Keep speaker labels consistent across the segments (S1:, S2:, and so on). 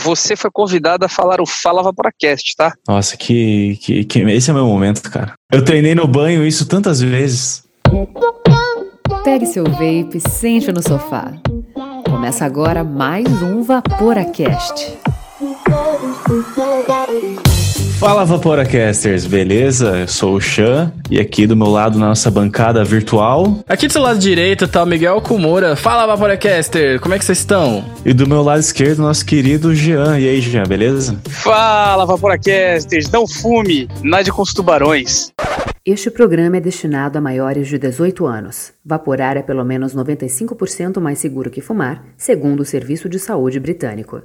S1: você foi convidado a falar o Falava Podcast, tá?
S2: Nossa, que, que, que. Esse é o meu momento, cara. Eu treinei no banho isso tantas vezes.
S3: Pegue seu vape e sente no sofá. Começa agora mais um Vaporacast.
S2: Fala Vaporacasters, beleza? Eu sou o Xan e aqui do meu lado na nossa bancada virtual.
S4: Aqui do seu lado direito tá o Miguel Kumura. Fala, Vaporecaster, como é que vocês estão?
S2: E do meu lado esquerdo, nosso querido Jean. E aí, Jean, beleza?
S1: Fala, Vaporacasters, não fume, nade com os tubarões.
S3: Este programa é destinado a maiores de 18 anos. Vaporar é pelo menos 95% mais seguro que fumar, segundo o Serviço de Saúde Britânico.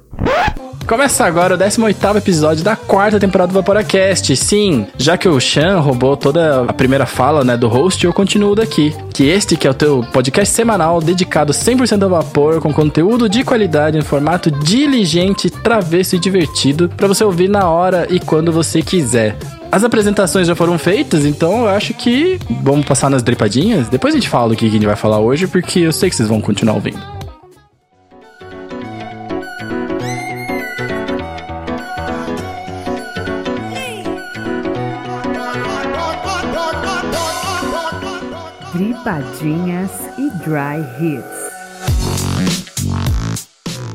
S4: Começa agora o 18º episódio da quarta temporada do Vaporacast. Sim, já que o Chan roubou toda a primeira fala né, do host, eu continuo daqui. Que este que é o teu podcast semanal dedicado 100% ao vapor, com conteúdo de qualidade em formato diligente, travesso e divertido, para você ouvir na hora e quando você quiser. As apresentações já foram feitas, então eu acho que vamos passar nas dripadinhas. Depois a gente fala o que a gente vai falar hoje, porque eu sei que vocês vão continuar ouvindo.
S3: Dripadinhas e Dry Hits.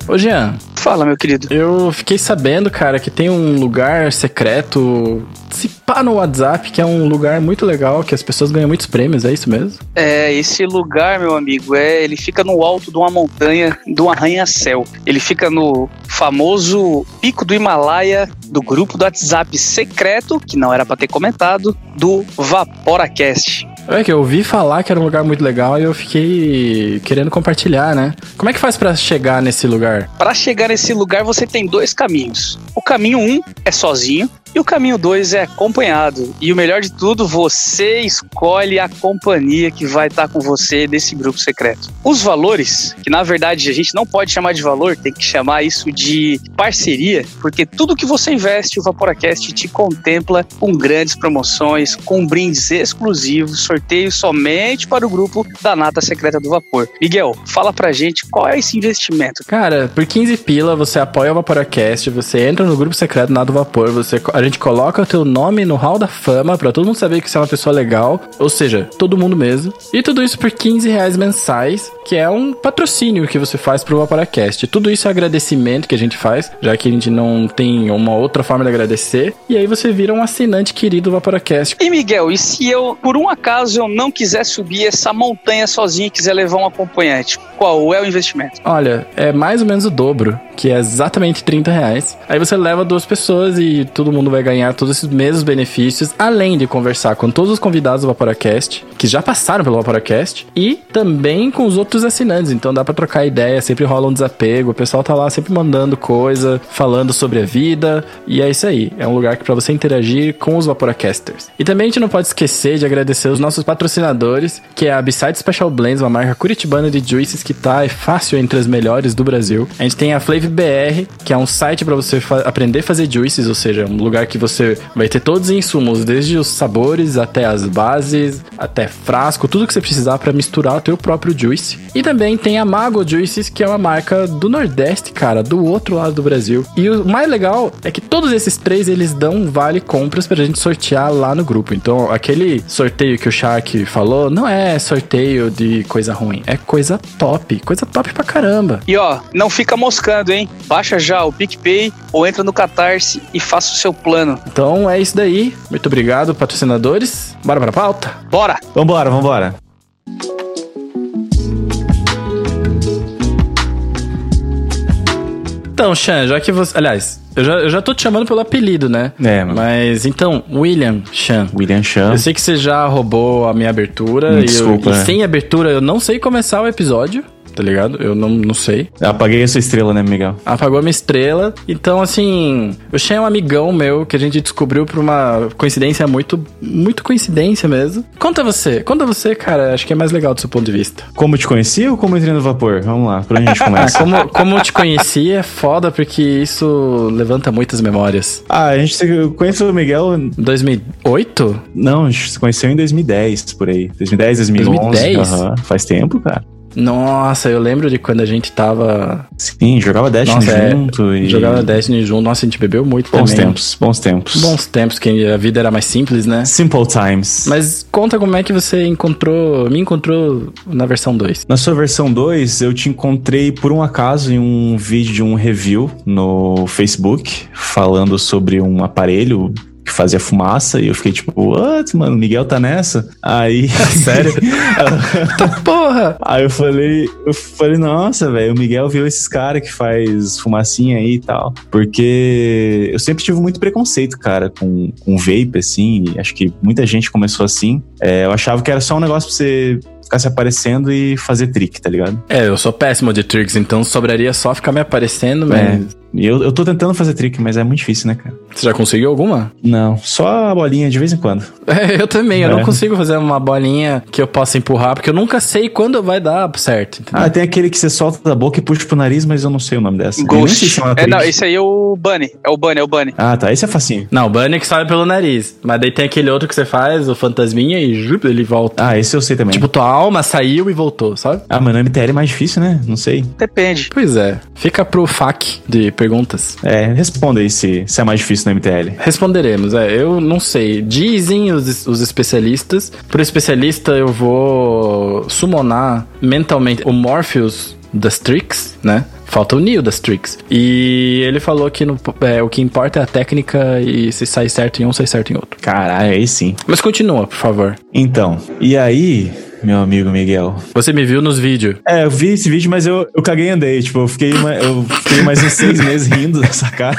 S4: Ô Jean,
S1: Fala, meu querido.
S4: eu fiquei sabendo, cara, que tem um lugar secreto, se pá no WhatsApp, que é um lugar muito legal, que as pessoas ganham muitos prêmios, é isso mesmo?
S1: É, esse lugar, meu amigo, é ele fica no alto de uma montanha, de um arranha-céu. Ele fica no famoso pico do Himalaia do grupo do WhatsApp secreto, que não era pra ter comentado, do Vaporacast.
S4: É que eu ouvi falar que era um lugar muito legal e eu fiquei querendo compartilhar, né? Como é que faz pra chegar nesse lugar?
S1: Pra chegar nesse lugar, você tem dois caminhos. O caminho um é sozinho e o caminho dois é acompanhado. E o melhor de tudo, você escolhe a companhia que vai estar com você desse grupo secreto. Os valores, que na verdade a gente não pode chamar de valor, tem que chamar isso de parceria, porque tudo que você investe, o Vaporacast te contempla com grandes promoções, com brindes exclusivos, sorteios somente para o grupo da Nata Secreta do Vapor. Miguel, fala pra gente qual é esse investimento.
S4: Cara, por 15 pila você apoia o Vaporacast, você entra no grupo secreto na do Vapor, você, a gente coloca o teu nome no hall da fama pra todo mundo saber que você é uma pessoa legal, ou seja, todo mundo mesmo. E tudo isso por 15 reais mensais, que é um patrocínio que você faz pro Vaporacast. Tudo isso é agradecimento que a gente faz, já que a gente não tem uma outra forma de agradecer. E aí você vira um assinante querido do Vaporacast.
S1: E Miguel, e se eu, por um acaso, eu não quiser subir essa montanha sozinho e quiser levar um acompanhante, qual é o investimento?
S4: Olha, é mais ou menos o dobro, que é exatamente 30 reais. Aí você leva duas pessoas e todo mundo vai ganhar todos esses mesmos benefícios, além de conversar com todos os convidados do Vaporacast, que já passaram pelo Vaporacast, e também com os outros assinantes. Então dá pra trocar ideia, sempre rola um desapego, o pessoal tá lá sempre mandando coisa, falando sobre a vida, e é isso aí. É um lugar que pra você interagir com os Vaporacasters. E também a gente não pode esquecer de agradecer os nossos patrocinadores, que é a Beside Special Blends, uma marca curitibana de juices que tá é fácil entre as melhores do Brasil. A gente tem a Flave BR, que é um site pra você fa- aprender a fazer juices, ou seja, um lugar que você vai ter todos os insumos, desde os sabores até as bases, até frasco, tudo que você precisar pra misturar o teu próprio juice. E também tem a Mago Juices, que é uma marca do Nordeste, cara, do outro lado do Brasil. E o mais legal é que todos esses três eles dão vale compras pra gente sortear lá no grupo. Então, aquele sorteio que o Shark falou não é sorteio de coisa ruim, é coisa top, coisa top pra caramba.
S1: E ó, não fica moscando, hein? Baixa já o PicPay ou entra no Catarse e faça o seu plano.
S4: Então é isso daí. Muito obrigado, patrocinadores. Bora pra pauta?
S1: Bora!
S2: Vambora, vambora.
S4: Então, Chan, já que você. Aliás, eu já, eu já tô te chamando pelo apelido, né?
S2: É, mano.
S4: Mas então, William Chan.
S2: William Chan.
S4: Eu sei que você já roubou a minha abertura. e eu-
S2: Desculpa,
S4: e
S2: né?
S4: sem abertura, eu não sei começar o episódio, tá ligado? Eu não, não sei.
S2: Apaguei a sua estrela, né, Miguel?
S4: Apagou a minha estrela. Então, assim, o Shen é um amigão meu que a gente descobriu por uma coincidência muito. Muito coincidência mesmo. Conta você, conta você, cara. Acho que é mais legal do seu ponto de vista.
S2: Como te conheci ou como entrei no vapor? Vamos lá, pra onde a gente
S4: Ah,
S2: começa?
S4: como, como eu te conheci é foda porque isso levanta muitas memórias.
S2: ah, a gente se conhece o Miguel.
S4: 2008?
S2: Não, a gente se conheceu em 2010, por aí. 2010, 2011.
S4: 2010?
S2: Aham, faz tempo, cara.
S4: Nossa, eu lembro de quando a gente tava.
S2: Sim, jogava Destiny
S4: Nossa, é,
S2: junto e.
S4: Jogava Destiny junto. Nossa, a gente bebeu muito
S2: Bons
S4: também.
S2: tempos, bons tempos.
S4: Bons tempos, que a vida era mais simples, né?
S2: Simple Times.
S4: Mas conta como é que você encontrou. Me encontrou na versão 2.
S2: Na sua versão 2, eu te encontrei por um acaso em um vídeo de um review no Facebook, falando sobre um aparelho que fazia fumaça, e eu fiquei tipo, what, mano, o Miguel tá nessa? Aí, É, sério?
S4: Então, Porra!
S2: Aí eu falei, eu falei, nossa, velho, o Miguel viu esses caras que faz fumacinha aí e tal. Porque eu sempre tive muito preconceito, cara, com, com vape, assim. e Acho que muita gente começou assim. É, eu achava que era só um negócio pra você ficar se aparecendo e fazer trick, tá ligado?
S4: É, eu sou péssimo de tricks, então sobraria só ficar me aparecendo,
S2: É.
S4: mas.
S2: E eu, eu tô tentando fazer trick, mas é muito difícil, né, cara?
S4: Você já conseguiu alguma?
S2: Não, só a bolinha de vez em quando.
S4: É, eu também, eu
S2: É.
S4: não consigo fazer uma bolinha que eu possa empurrar, porque eu nunca sei quando vai dar certo.
S1: Tá.
S4: entendeu?
S2: Ah, tem aquele que você solta da boca e puxa pro nariz, mas eu não sei o nome dessa. Eu nem sei
S1: Ghost.
S2: se é uma
S1: É, não,
S2: trick.
S1: esse aí é o Bunny. É o Bunny, é o Bunny.
S2: Ah, tá. Esse é facinho.
S4: Não, o Bunny que sobe pelo nariz. Mas daí tem aquele outro que você faz, o fantasminha, e jup, ele volta.
S2: Ah, esse eu sei também.
S4: Tipo, tua alma saiu e voltou, sabe?
S2: Ah, mas no MTL é mais difícil, né? Não sei.
S1: Depende.
S4: Pois é. Fica pro FAQ de perguntas.
S2: É, responda aí se, se é mais difícil no MTL.
S4: Responderemos, é, eu não sei. Dizem os, os especialistas. Pro especialista, eu vou summonar mentalmente o Morpheus das Tricks, né? Falta o Neo das Tricks. E ele falou que no- é, o que importa é a técnica e se sai certo em um, sai certo em outro.
S2: Caralho, aí sim.
S4: Mas continua, por favor.
S2: Então, e aí, meu amigo Miguel?
S4: Você me viu nos vídeos.
S2: É, eu vi esse vídeo, mas eu, eu caguei e andei. Tipo, eu fiquei, ma- eu fiquei mais uns seis meses rindo dessa cara.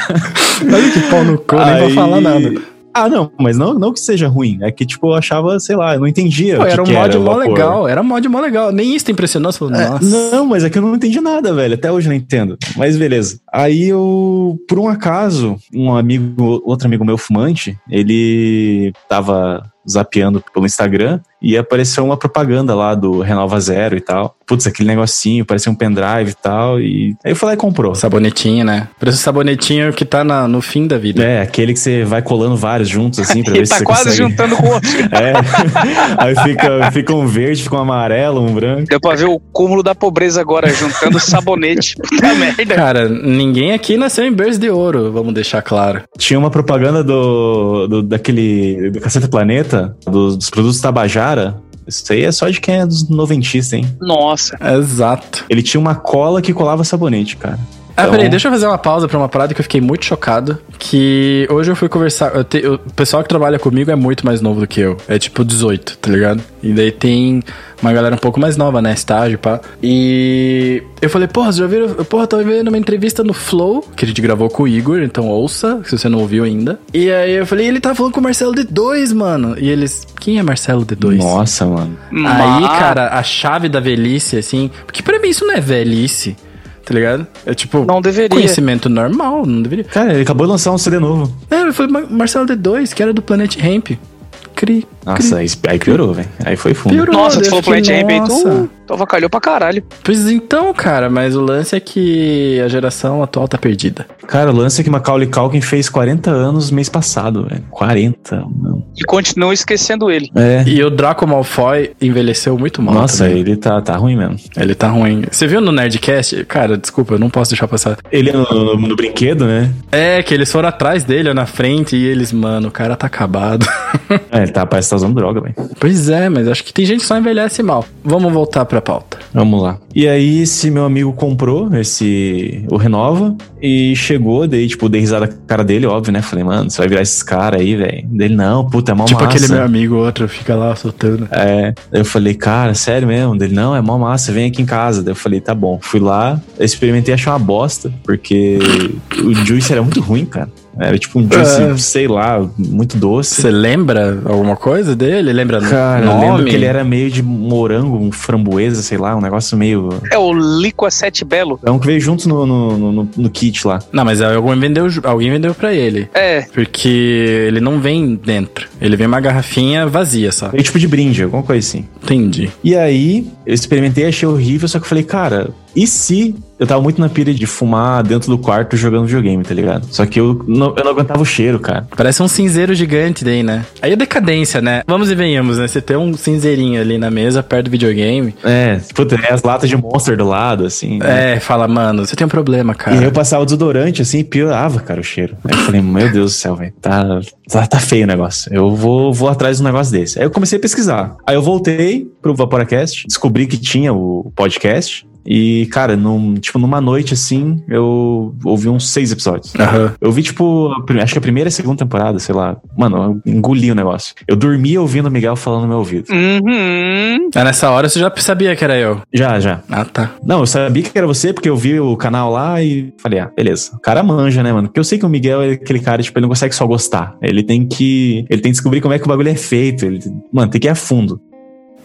S4: Olha que pau no cu,
S2: Aí- Ah, não, mas não, não que seja ruim. É que, tipo, eu achava, sei lá, eu não entendia.
S4: Pô,
S2: o que
S4: era um
S2: que
S4: mod
S2: o
S4: mó
S2: vapor.
S4: legal, era um mod mó legal. Nem isso te impressionou, você falou, nossa.
S2: Não, mas é que eu não entendi nada, velho. Até hoje eu não entendo. Mas beleza. Aí eu, por um acaso, um amigo, outro amigo meu fumante, ele tava zapeando pelo Instagram e apareceu uma propaganda lá do Renova Zero e tal. Putz, aquele negocinho, parecia um pendrive e tal. E aí eu falei, comprou.
S4: Sabonetinho, né? Preço sabonetinho que tá na- no fim da vida.
S2: É, aquele que você vai colando vários juntos, assim, pra ver
S1: Ele
S2: se
S1: tá
S2: você
S1: quase
S2: consegue.
S1: juntando com o outro.
S2: É. Aí fica, fica um verde, fica um amarelo, um branco.
S1: Deu pra ver o cúmulo da pobreza agora, juntando sabonete. Puta merda.
S4: Cara, ninguém aqui nasceu em berço de ouro, vamos deixar claro.
S2: Tinha uma propaganda do, do- daquele do Caceta Planeta, dos, dos produtos Tabajara. Isso aí é só de quem é dos noventistas, hein?
S1: Nossa.
S4: Exato.
S2: Ele tinha uma cola que colava sabonete, cara.
S4: Ah,
S2: Então-
S4: peraí, deixa eu fazer uma pausa pra uma parada que eu fiquei muito chocado. Que hoje eu fui conversar. eu te- eu- o pessoal que trabalha comigo é muito mais novo do que eu. É tipo 18, tá ligado? E daí tem uma galera um pouco mais nova, né? Estágio, pá. E eu falei, porra, vocês já viram? Porra, tava vendo uma entrevista no Flow, que a gente gravou com o Igor, então ouça, se você não ouviu ainda. E aí eu falei, ele tá falando com o Marcelo D2, mano. E eles, quem é Marcelo D2?
S2: Nossa, mano.
S4: Aí,
S1: Mas-
S4: cara, a chave da velhice, assim. Porque pra mim isso não é velhice, tá ligado? É tipo.
S1: Não deveria.
S4: Conhecimento normal, não deveria.
S2: Cara, ele acabou de lançar um CD novo.
S4: É, foi Ma- Marcelo D2, que era do Planet Ramp. Cri.
S2: Nossa, aí, aí piorou, velho. Aí foi fundo.
S4: Piorou.
S1: Nossa,
S4: eu
S1: tu falou
S2: é
S4: fiquei,
S1: Plant Ramp aí,
S4: nossa.
S1: tu, tu avacalhou uh, pra caralho.
S4: Pois então, cara, mas o lance é que a geração atual tá perdida.
S2: Cara, o lance é que Macaulay Culkin fez 40 anos mês passado, velho. 40, mano.
S1: E continua esquecendo ele.
S2: É.
S4: E o Draco Malfoy envelheceu muito mal.
S2: Nossa,
S4: também.
S2: ele tá, tá ruim mesmo.
S4: ele tá ruim. Você viu no Nerdcast? Cara, desculpa, eu não posso deixar passar.
S2: Ele é no, no- no brinquedo, né?
S4: É, que eles foram atrás dele, eu na frente, e eles, mano, o cara tá acabado.
S2: É, ele tá, parece que tá usando droga, velho.
S4: Pois é, mas acho que tem gente que só envelhece mal. Vamos voltar pra pauta.
S2: Vamos lá. E aí, esse meu amigo comprou esse. o Renova e chegou, daí, tipo, dei risada com a cara dele, óbvio, né? Falei, mano, você vai virar esses caras aí, velho. Dele, não, puta, é mó
S4: tipo
S2: massa.
S4: aquele meu amigo, outro fica lá soltando.
S2: É, eu falei, cara, sério mesmo? Dele, não, é mó massa, vem aqui em casa. Daí eu falei, tá bom. Fui lá, experimentei, achei uma bosta, porque o juice era muito ruim, cara. Era tipo um juice,
S4: É.
S2: sei lá, muito doce.
S4: Você lembra alguma coisa dele? Lembra
S2: Cara, eu
S4: nome?
S2: lembro que ele é- era meio de morango, um framboesa, sei lá, um negócio meio.
S1: É o Liqua Sete Belo.
S2: É um que veio junto no, no, no- no- no kit lá.
S4: Não, mas alguém vendeu, ju- alguém vendeu pra ele.
S1: É,
S4: Porque ele não vem dentro. Ele vem uma garrafinha vazia só.
S2: Veio tipo de brinde, alguma coisa assim.
S4: Entendi.
S2: E aí, eu experimentei, achei horrível, só que eu falei, cara, E se eu tava muito na pilha de fumar dentro do quarto jogando videogame, tá ligado? Só que eu não, eu não aguentava o cheiro, cara.
S4: Parece um cinzeiro gigante daí, né? Aí é decadência, né? Vamos e venhamos, né? Você tem um cinzeirinho ali na mesa, perto do videogame.
S2: É, puta, é as latas de Monster do lado, assim. né?
S4: É, fala, mano, você tem um problema, cara.
S2: E eu passava o desodorante, assim, e piorava, cara, o cheiro. Aí eu falei, meu Deus do céu, velho, tá, tá, tá feio o negócio. Eu vou, vou atrás de um negócio desse. Aí eu comecei a pesquisar. Aí eu voltei pro Vaporacast, descobri que tinha o podcast. E, cara, num, tipo, numa noite, assim, eu ouvi uns seis episódios.
S4: Aham.
S2: Eu vi, tipo, a prime- acho que a primeira e a segunda temporada, sei lá. Mano, eu engoli o negócio. Eu dormia ouvindo o Miguel falando no meu ouvido.
S1: Uhum.
S4: Ah, nessa hora você já sabia que era eu.
S2: Já, já.
S4: Ah, tá.
S2: Não, eu sabia que era você porque eu vi o canal lá e falei, ah, beleza. O cara manja, né, mano? Porque eu sei que o Miguel é aquele cara, tipo, ele não consegue só gostar. Ele tem que. Ele tem que descobrir como é que o bagulho é feito. Ele, mano, tem que ir a fundo.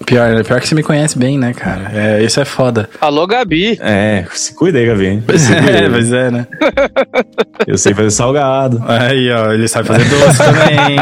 S4: Pior, né? pior que você me conhece bem, né, cara? É, isso é foda.
S1: Alô, Gabi.
S2: É, se cuida aí, Gabi. hein? Se cuida aí.
S4: É, pois é, né?
S2: Eu sei fazer salgado.
S4: Aí, ó, ele sabe fazer doce também.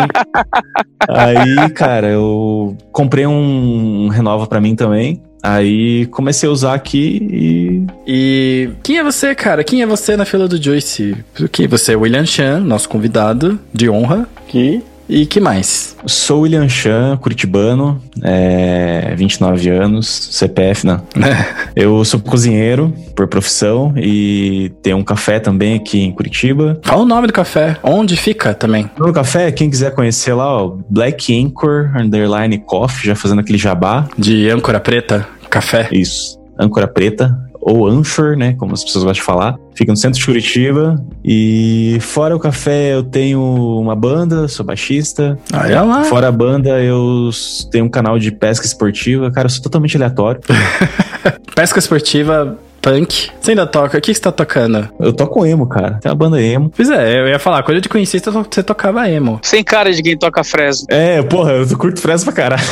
S2: Aí, cara, eu comprei um, um Renova pra mim também. Aí comecei a usar aqui e.
S4: E quem é você, cara? Quem é você na fila do Joyce? Que você é o William Chan, nosso convidado de honra. Que? E que mais?
S2: Sou William Chan, curitibano, é, 29 anos, CPF, não. né? Eu sou cozinheiro por profissão e tenho um café também aqui em Curitiba.
S4: Fala o nome do café, onde fica também.
S2: No café, quem quiser conhecer lá, ó, Black Anchor Underline Coffee, já fazendo aquele jabá.
S4: De âncora preta, café.
S2: Isso, âncora preta ou Anchor, né, como as pessoas gostam de falar. Fica no centro de Curitiba e fora o café eu tenho uma banda, sou baixista.
S4: Olha lá.
S2: Fora a banda eu s- tenho um canal de pesca esportiva. Cara, eu sou totalmente aleatório.
S4: Pesca esportiva, punk. Você ainda toca? O que que você tá tocando?
S2: Eu toco emo, cara. Tem uma banda emo.
S4: Pois é, eu ia falar, quando eu te conheci, você to- você tocava emo.
S1: Sem cara de quem toca Fresno.
S2: É, porra, eu curto Fresno pra caralho.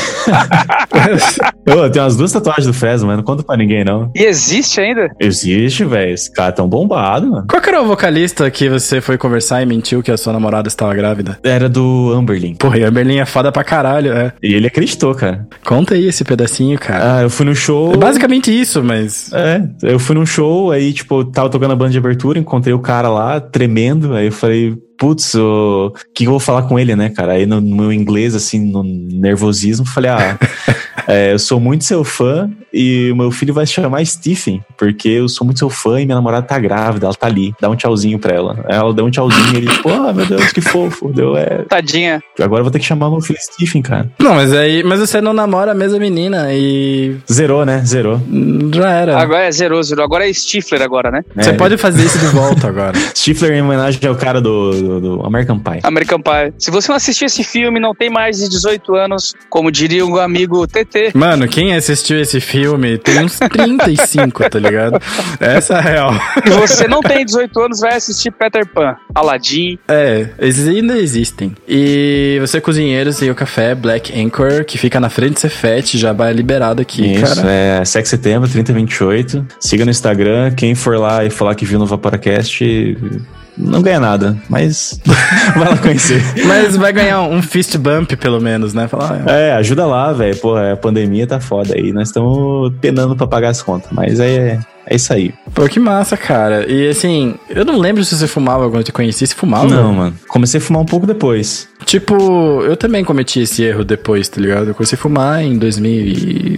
S2: eu tenho umas duas tatuagens do Fresno, mas não conta pra ninguém, não.
S1: E existe ainda?
S2: Existe, velho. Esse cara é tão bombado, mano.
S4: Qual que era o vocalista que você foi conversar e mentiu que a sua namorada estava grávida?
S2: Era do Amberlin.
S4: Porra, e a Berlim é foda pra caralho, é.
S2: E ele acreditou, cara.
S4: Conta aí esse pedacinho, cara.
S2: Ah, eu fui no show.
S4: É basicamente isso, mas.
S2: É, eu fui num show, aí, tipo, eu tava tocando a banda de abertura, encontrei o cara lá, tremendo, aí eu falei, putz, o que eu vou falar com ele, né, cara? Aí no, no meu inglês, assim, no nervosismo, eu falei, ah, é, eu sou muito seu fã e o meu filho vai se chamar Stephen, porque eu sou muito seu fã e minha namorada tá grávida, ela tá ali, dá um tchauzinho pra ela. Aí Ela deu um tchauzinho e ele, tipo, ah, meu Deus, que fofo, deu, é,
S1: Tadinha.
S2: agora eu vou ter que chamar meu filho Stephen, cara.
S4: Não, mas aí. Mas você não namora a mesma menina e.
S2: Zerou, né, zerou.
S4: hum, Já era.
S1: Agora é zero, zero. Agora é Stifler agora, né?
S4: Você
S2: É,
S4: pode fazer isso de volta agora.
S2: Stifler em homenagem ao cara do- do- do American Pie.
S1: American Pie. Se você não assistiu esse filme, não tem mais de 18 anos, como diria um amigo TT.
S4: Mano, quem assistiu esse filme tem uns 35, tá ligado? Essa é a real.
S1: Se você não tem 18 anos, vai assistir Peter Pan, Aladdin.
S4: É, esses ainda existem. E você é cozinheiro e o café Black Anchor, que fica na frente do Cefete, já vai liberado aqui,
S2: Isso,
S4: cara.
S2: é 7 de setembro, 3028. Siga no Instagram. Quem for lá e falar que viu no Vaporacast, não ganha nada, mas vai lá conhecer.
S4: Mas vai ganhar um fist bump, pelo menos, né? Falar, ah,
S2: É, ajuda lá, velho. Porra, a pandemia tá foda aí. Nós estamos penando pra pagar as contas, mas é, é isso aí.
S4: pô, que massa, cara. E assim, eu não lembro se você fumava quando eu te conheci. Se fumava?
S2: não, mano. Comecei a fumar um pouco depois.
S4: Tipo, eu também cometi esse erro depois, tá ligado? Eu comecei a fumar em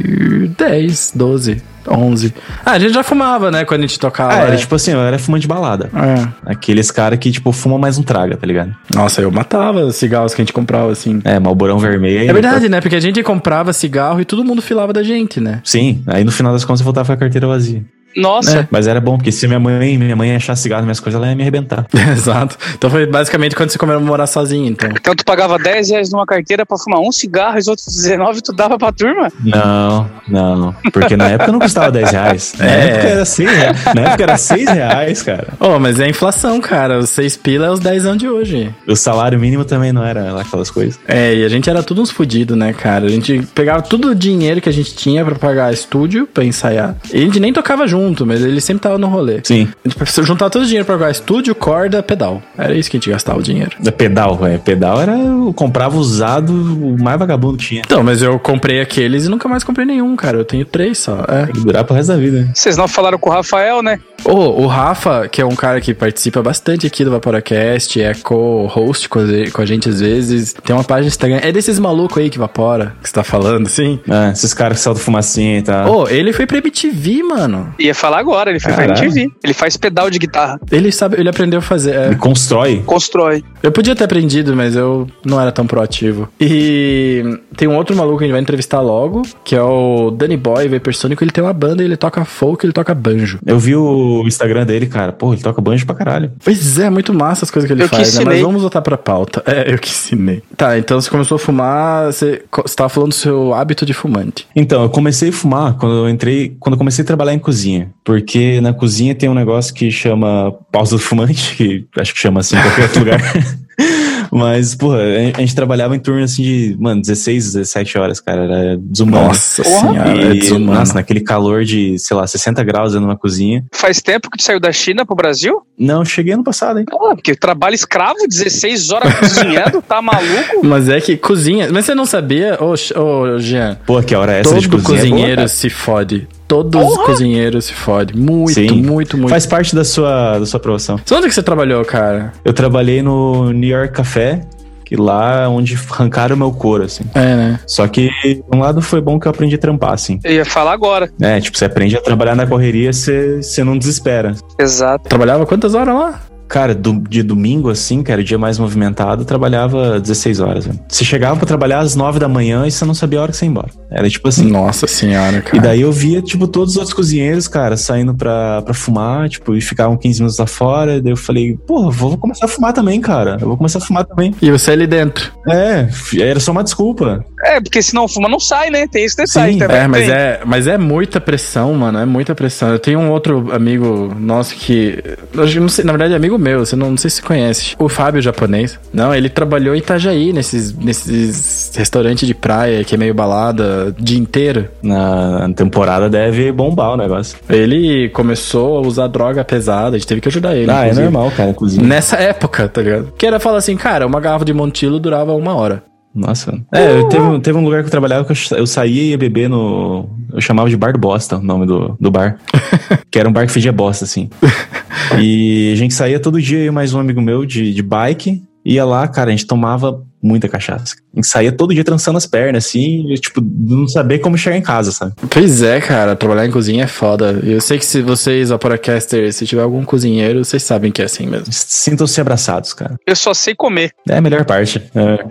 S4: 2010, 12, 11. Ah, a gente já fumava, né? Quando a gente tocava.
S2: Ah, era
S4: é.
S2: tipo assim, eu era fumante de balada.
S4: É.
S2: Aqueles cara que, tipo, fuma mais um traga, tá ligado?
S4: Nossa, eu matava os cigarros que a gente comprava, assim.
S2: É, malborão vermelho.
S4: É verdade, né? Porque a gente comprava cigarro e todo mundo filava da gente, né?
S2: Sim, aí no final das contas eu voltava com a carteira vazia.
S1: Nossa,
S2: Mas era bom, porque se minha mãe, minha mãe achar cigarro nas minhas coisas, ela ia me arrebentar.
S4: Exato. Então foi basicamente quando você começou a morar sozinho, então.
S1: então tu pagava 10 reais numa carteira pra fumar um cigarro e os outros 19 tu dava pra turma?
S2: Não, não. Porque na época não custava 10 reais. Na
S4: É.
S2: época era 6 reais. Na época era 6 reais, cara.
S4: Ô, mas é inflação, cara. Os seis pila é os 10 anos de hoje.
S2: O salário mínimo também não era lá aquelas coisas.
S4: É, e a gente era tudo uns fudidos, né, cara? A gente pegava todo o dinheiro que a gente tinha pra pagar estúdio, pra ensaiar. E a gente nem tocava junto. junto, mas ele sempre tava no rolê.
S2: Sim.
S4: A gente precisou juntar todo o dinheiro pra pagar estúdio, corda, pedal. Era isso que a gente gastava o dinheiro.
S2: É Pedal, é. Pedal era. Eu comprava usado, o mais vagabundo que tinha.
S4: Então, mas eu comprei aqueles e nunca mais comprei nenhum, cara. Eu tenho três só. É.
S2: Tem que durar pro resto da vida. né?
S1: Vocês não falaram com o Rafael, né?
S4: Ô, o Rafa, que é um cara que participa bastante aqui do Vaporacast, é co-host com a- com a gente às vezes, tem uma página no Instagram. É desses malucos aí que vapora, que você tá falando, sim?
S2: Ah, esses caras que saltam fumacinha e tal.
S4: Ô, ele foi pra MTV, mano.
S1: Ia falar agora, ele foi
S2: Caralho.
S1: pra MTV. Ele faz pedal de guitarra,
S4: Ele sabe, ele aprendeu a fazer. é.
S2: Ele constrói.
S1: constrói.
S4: Eu podia ter aprendido, mas eu não era tão proativo. E tem um outro maluco que a gente vai entrevistar logo, que é o Danny Boy, Vapersônico. Ele tem uma banda, ele toca folk, ele toca banjo.
S2: Eu vi o Instagram dele, cara. Pô, ele toca banjo pra caralho.
S4: Pois é, muito massa as coisas que ele
S1: Eu que
S4: faz, né? Mas
S1: ensinei.
S4: vamos voltar pra pauta. É, eu que ensinei. Tá, então você começou a fumar, você, co- você tava falando do seu hábito de fumante.
S2: Então, eu comecei a fumar quando eu entrei, quando eu comecei a trabalhar em cozinha. Porque na cozinha tem um negócio que chama pausa do fumante, que acho que chama assim em qualquer outro lugar. Mas, porra, a gente trabalhava em turno assim de, mano, 16, 17 horas, cara. Era desumano.
S4: Nossa
S1: Porra.
S4: senhora, é
S2: E,
S4: desumano.
S2: Nossa, naquele calor de, sei lá, 60 graus numa cozinha.
S1: Faz tempo que tu saiu da China pro Brasil?
S2: Não, cheguei ano passado, hein?
S1: Ah, porque trabalha escravo, 16 horas cozinhando, tá maluco?
S4: Mas é que cozinha. Mas você não sabia, ô, Ch- ô Jean?
S2: Pô, que hora é essa de
S4: Todo
S2: cozinha? é boa,
S4: cozinheiro assim,
S2: cara.
S4: se fode. Todos os cozinheiros se fodem. Muito,
S2: Sim.
S4: muito, muito.
S2: Faz parte da sua, da sua aprovação.
S4: Só Onde é que você trabalhou, cara?
S2: Eu trabalhei no New York Café, que lá é onde arrancaram meu couro, assim.
S4: É, né?
S2: Só que, de um lado, foi bom que eu aprendi a trampar, assim.
S1: Eu ia falar agora.
S2: É, tipo, você aprende a trabalhar na correria, você, você não desespera.
S1: Exato.
S4: Trabalhava quantas horas lá?
S2: Cara, do- de domingo, assim, que era o dia mais movimentado, eu trabalhava 16 horas. Né? Você chegava pra trabalhar às 9 da manhã e você não sabia a hora que você ia embora. Era tipo assim.
S4: Nossa senhora, cara.
S2: E daí eu via, tipo, todos os outros cozinheiros, cara, saindo pra, pra fumar, tipo, e ficavam 15 minutos lá fora. E daí eu falei, porra, vou começar a fumar também, cara. Eu vou começar a fumar também.
S4: E você ali dentro.
S2: É, era só uma desculpa.
S1: É, porque se não fuma, não sai, né? Tem esse
S2: Sim,
S1: detalhe também.
S4: É, mas
S1: Tem.
S4: é, mas é muita pressão, mano. É muita pressão. Eu tenho um outro amigo nosso que. eu acho que não sei, na verdade, é amigo meu, você não, não sei se conhece. O Fábio japonês. Não, ele trabalhou em Itajaí, nesses, nesses restaurantes de praia que é meio balada o dia inteiro.
S2: Na temporada deve bombar o negócio.
S4: Ele começou a usar droga pesada, a gente teve que ajudar ele.
S2: ah, é
S4: inclusive.
S2: normal, cara, inclusive.
S4: Nessa época, tá ligado? Que era falar assim, cara, uma garrafa de Montilo durava uma hora.
S2: Nossa. É, eu teve, um- teve um lugar que eu trabalhava que eu, sa- eu saía e ia beber no. Eu chamava de Bar do Bosta, o nome do, do bar. que era um bar que fedia bosta, assim. E a gente saía todo dia, eu e mais um amigo meu de, de bike. Ia lá, cara, a gente tomava muita cachaça. A gente saía todo dia trançando as pernas, assim, e, tipo, não saber como chegar em casa, sabe?
S4: Pois é, cara, trabalhar em cozinha é foda. Eu sei que se vocês, Vaporacasters, se tiver algum cozinheiro, vocês sabem que é assim mesmo.
S2: Sintam-se abraçados, cara.
S1: Eu só sei comer.
S2: É a melhor parte. É,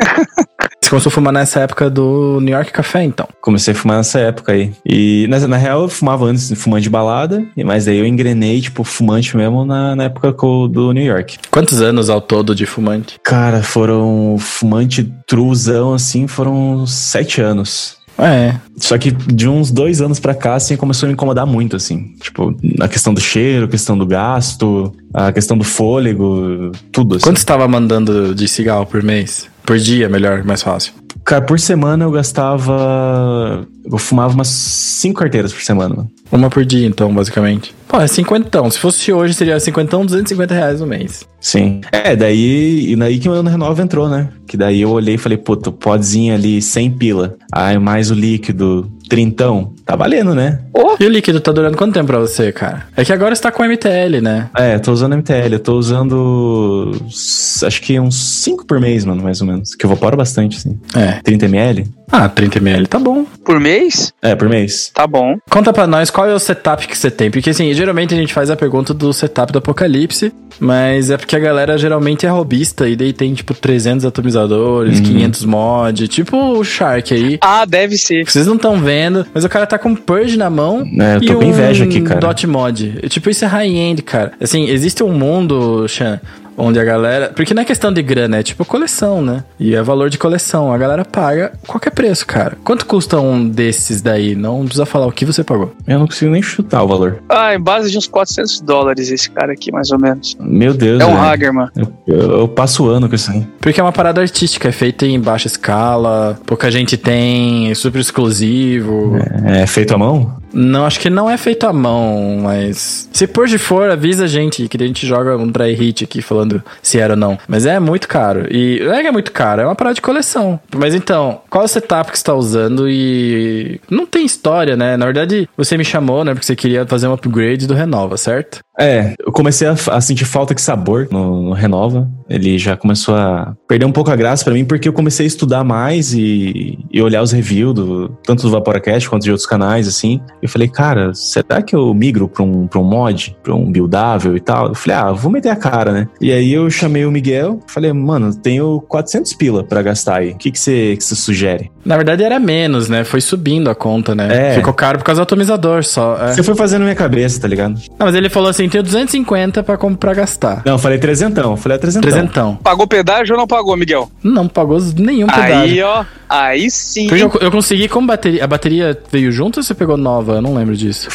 S4: Você começou a fumar nessa época do New York Café, então.
S2: comecei a fumar nessa época aí. E, na, na real, eu fumava antes fumante de balada, e- mas daí eu engrenei, tipo, fumante mesmo na, na época co- do New York.
S4: Quantos anos ao todo de fumante?
S2: Cara, foram fumante truzão, assim, foram sete anos.
S4: É.
S2: Só que de uns dois anos pra cá, assim, começou a me incomodar muito, assim. Tipo, a questão do cheiro, a questão do gasto, a questão do fôlego, tudo, assim.
S4: Quanto você tava mandando de cigarro por mês? Por dia, melhor, mais fácil.
S2: Cara, por semana eu gastava... Eu fumava umas cinco carteiras por semana.
S4: Uma por dia, então, basicamente. Pô, é cinquentão. Se fosse hoje, seria cinquentão, 250 reais no mês.
S2: Sim. É, daí, e daí que o ano renova entrou, né? Que daí eu olhei e falei, puta, o podzinho ali, 100 pila. Aí mais o líquido, trintão. Tá valendo, né?
S4: E o líquido tá durando quanto tempo pra você, cara? É que agora você tá com MTL, né?
S2: É, tô usando MTL, eu tô usando. s- Acho que uns 5 por mês, mano, mais ou menos. Que eu vaporo bastante, assim.
S4: É.
S2: 30 ml?
S4: Ah, 30 ml tá bom.
S1: Por mês?
S2: É, por mês.
S1: Tá bom.
S4: Conta pra nós qual é o setup que você tem. Porque assim, geralmente a gente faz a pergunta do setup do Apocalipse, mas é porque a galera geralmente é robista e daí tem tipo 300 atomizadores, 500 mod, tipo o Shark aí.
S1: Ah, deve ser.
S4: É Vocês não estão vendo, mas o cara tá com um Purge na mão.
S2: É, eu tô
S4: e
S2: com
S4: um
S2: inveja aqui, cara.
S4: Dot mod. Tipo, isso é high-end, cara. Assim, existe um mundo, Sean, onde a galera. Porque não é questão de grana, é tipo coleção, né? E é valor de coleção. A galera paga qualquer preço, cara. Quanto custa um desses daí? Não precisa falar o que você pagou.
S2: Eu não consigo nem chutar o valor.
S1: Ah, em base de uns 400 dólares esse cara aqui, mais ou menos.
S2: Meu Deus.
S1: É um
S2: velho.
S1: Hagerman.
S2: Eu, eu passo o ano com isso aí.
S4: Porque é uma parada artística, é feita em baixa escala, pouca gente tem, é super exclusivo.
S2: É feito à mão?
S4: Não, acho que não é feito à mão, mas. Se por de for, avisa a gente que a gente joga um dry hit aqui falando se era ou não. Mas é muito caro. E não é que é muito caro, é uma parada de coleção. Mas então, qual o setup que você tá usando e. Não tem história, né? Na verdade, você me chamou, né? Porque você queria fazer um upgrade do Renova, certo?
S2: É, eu comecei a, a sentir falta de sabor no, no Renova. Ele já começou a perder um pouco a graça pra mim, porque eu comecei a estudar mais e, e olhar os reviews, do, tanto do Vaporacast quanto de outros canais, assim. Eu falei, cara, será que eu migro pra um, pra um mod, pra um buildável e tal? Eu falei, ah, vou meter a cara, né? E aí eu chamei o Miguel, falei, mano, tenho 400 pila pra gastar aí. O que que você que você sugere?
S4: Na verdade era menos, né? Foi subindo a conta, né?
S2: É.
S4: Ficou caro por causa do atomizador só. é.
S2: Você foi fazendo minha cabeça, tá ligado?
S4: Não, mas ele falou assim: tenho 250 pra, com- pra gastar.
S2: Não, eu falei trezentão, eu falei ah, trezentão.
S4: Trezentão.
S1: Pagou pedágio ou não pagou, Miguel?
S4: Não pagou nenhum
S1: Aí,
S4: pedágio.
S1: ó. Aí sim.
S4: Porque eu, eu consegui como bateria. A bateria veio junto ou você pegou nova? Eu não lembro disso.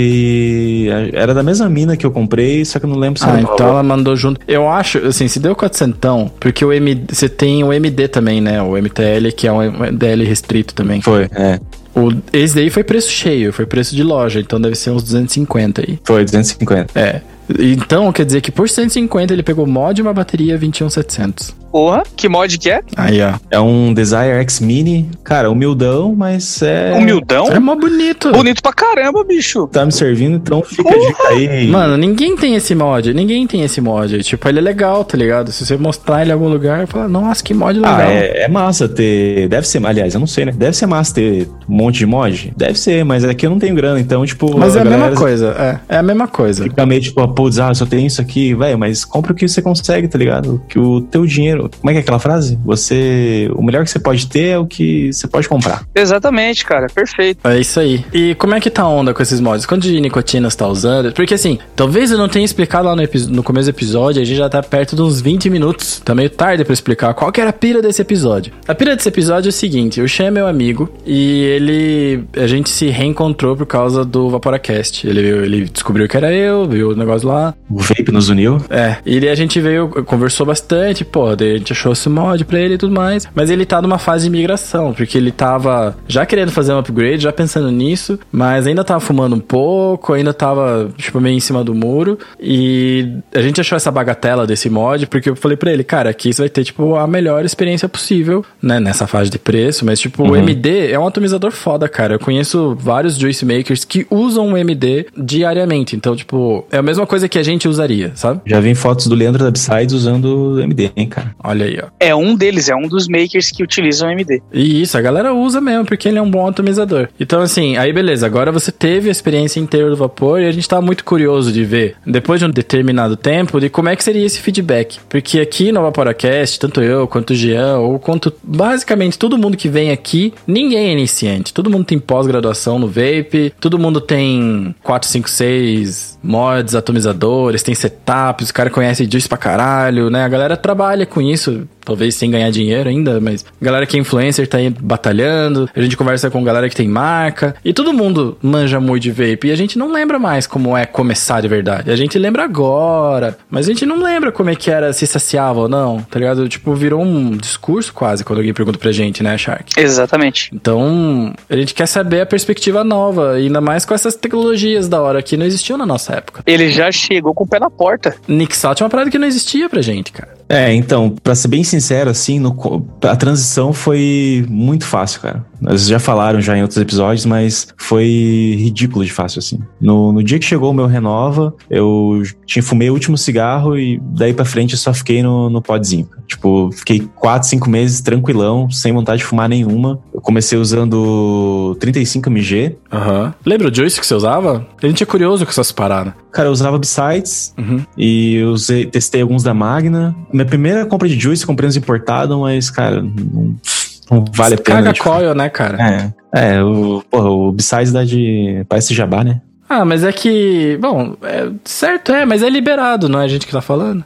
S2: Foi. é, Era da mesma mina que eu comprei, só que eu não lembro se
S4: Ah,
S2: era
S4: então ela mandou junto. Eu acho, assim, se deu 400, porque o MD, você tem o MD também, né? O MTL, que é um MDL restrito também.
S2: Foi, é.
S4: O, esse daí foi preço cheio, foi preço de loja, então deve ser uns 250 aí.
S2: Foi 250.
S4: É. Então, quer dizer que por 150 ele pegou mod e uma bateria 21700.
S1: Porra, que mod que é?
S4: Aí, ó.
S2: É um Desire X Mini. Cara, humildão, mas é.
S1: Humildão?
S4: É mó bonito.
S1: Então, Bonito pra caramba, bicho.
S2: Tá me servindo, então fica a dica aí.
S4: Uh! Mano, ninguém tem esse mod, ninguém tem esse mod. Tipo, ele é legal, tá ligado? Se você mostrar ele em algum lugar, fala, nossa, que mod legal.
S2: Ah, é, é massa ter. Deve ser, aliás, eu não sei, né? Deve ser massa ter um monte de mod? Deve ser, mas aqui eu não tenho grana, então, tipo.
S4: Mas é a mesma
S2: galera
S4: coisa, é, é a mesma coisa.
S2: Fica meio tipo, ah, putz, ah, só tem isso aqui, velho, mas compra o que você consegue, tá ligado? Que o teu dinheiro. Como é que é aquela frase? Você. O melhor que você pode ter é o que você pode comprar.
S1: Exatamente, cara. Perfeito.
S4: É isso aí. E como é que tá a onda com esses mods? Quanto de nicotina você tá usando? Porque assim, talvez eu não tenha explicado lá no, epi- no começo do episódio, a gente já tá perto de uns 20 minutos. Tá meio tarde pra explicar qual que era a pira desse episódio. A pira desse episódio é o seguinte, o Shen é meu amigo e ele... A gente se reencontrou por causa do Vaporacast. Ele, veio- ele descobriu que era eu, viu o negócio lá,
S2: O vape nos uniu.
S4: é, e daí a gente veio, conversou bastante, pô, daí a gente achou esse mod pra ele e tudo mais, mas ele tá numa fase de migração, porque ele tava já querendo fazer um upgrade, já pensando nisso, mas ainda tava fumando um pouco, ainda tava, tipo, meio em cima do muro, e a gente achou essa bagatela desse mod, porque eu falei pra ele, cara, aqui você vai ter, tipo, a melhor experiência possível, né, nessa fase de preço, mas, tipo, o MD é um atomizador foda, cara, eu conheço vários juice makers que usam o MD diariamente, então, tipo, é a mesma coisa que a gente usaria, sabe?
S2: Já vi fotos do Leandro da Upsides usando MD, hein, cara.
S4: Olha aí, ó.
S1: É um deles, é um dos makers que utilizam MD.
S4: E isso, a galera usa mesmo, porque ele é um bom atomizador. Então, assim, aí beleza, agora você teve a experiência inteira do vapor e a gente tá muito curioso de ver, depois de um determinado tempo, de como é que seria esse feedback. Porque aqui no Vaporacast, tanto eu, quanto o Jean, ou quanto basicamente todo mundo que vem aqui, ninguém é iniciante. Todo mundo tem pós-graduação no vape, todo mundo tem 4, 5, 6 mods, atomizadores, tem setups, os caras conhecem juice pra caralho, né? A galera trabalha com isso, talvez sem ganhar dinheiro ainda, mas galera que é influencer tá aí batalhando, a gente conversa com galera que tem marca, e todo mundo manja muito de vape, e a gente não lembra mais como é começar de verdade. A gente lembra agora, mas a gente não lembra como é que era, se saciava ou não, tá ligado? Tipo, virou um discurso quase quando alguém pergunta pra gente, né, Shark?
S1: Exatamente.
S4: Então, a gente quer saber a perspectiva nova, ainda mais com essas tecnologias da hora que não existiam na nossa época.
S1: Ele já chegou com o pé na porta.
S4: Nixalt é uma parada que não existia pra gente, cara.
S2: É, então, pra ser bem sincero, assim, no co- a transição foi muito fácil, cara. Nós já falaram já em outros episódios, mas foi ridículo de fácil, assim. No, no dia que chegou o meu Renova, eu tinha fumei o último cigarro e daí pra frente eu só fiquei no, no podzinho. Tipo, fiquei 4, 5 meses tranquilão, sem vontade de fumar nenhuma. Eu comecei usando 35mg.
S4: Aham. Lembra o Juice que você usava? A gente é curioso com essas paradas.
S2: Cara, eu usava Besides,
S4: Uhum.
S2: E eu usei- testei alguns da Magna. Minha primeira compra de juice, comprei uns importados, mas, cara, não, não vale a pena.
S4: Caga
S2: tipo.
S4: coil, né, cara?
S2: É, é o, porra, o Besides dá de. Parece jabá, né?
S4: Ah, mas é que. Bom, é, certo é, mas é liberado, não é a gente que tá falando?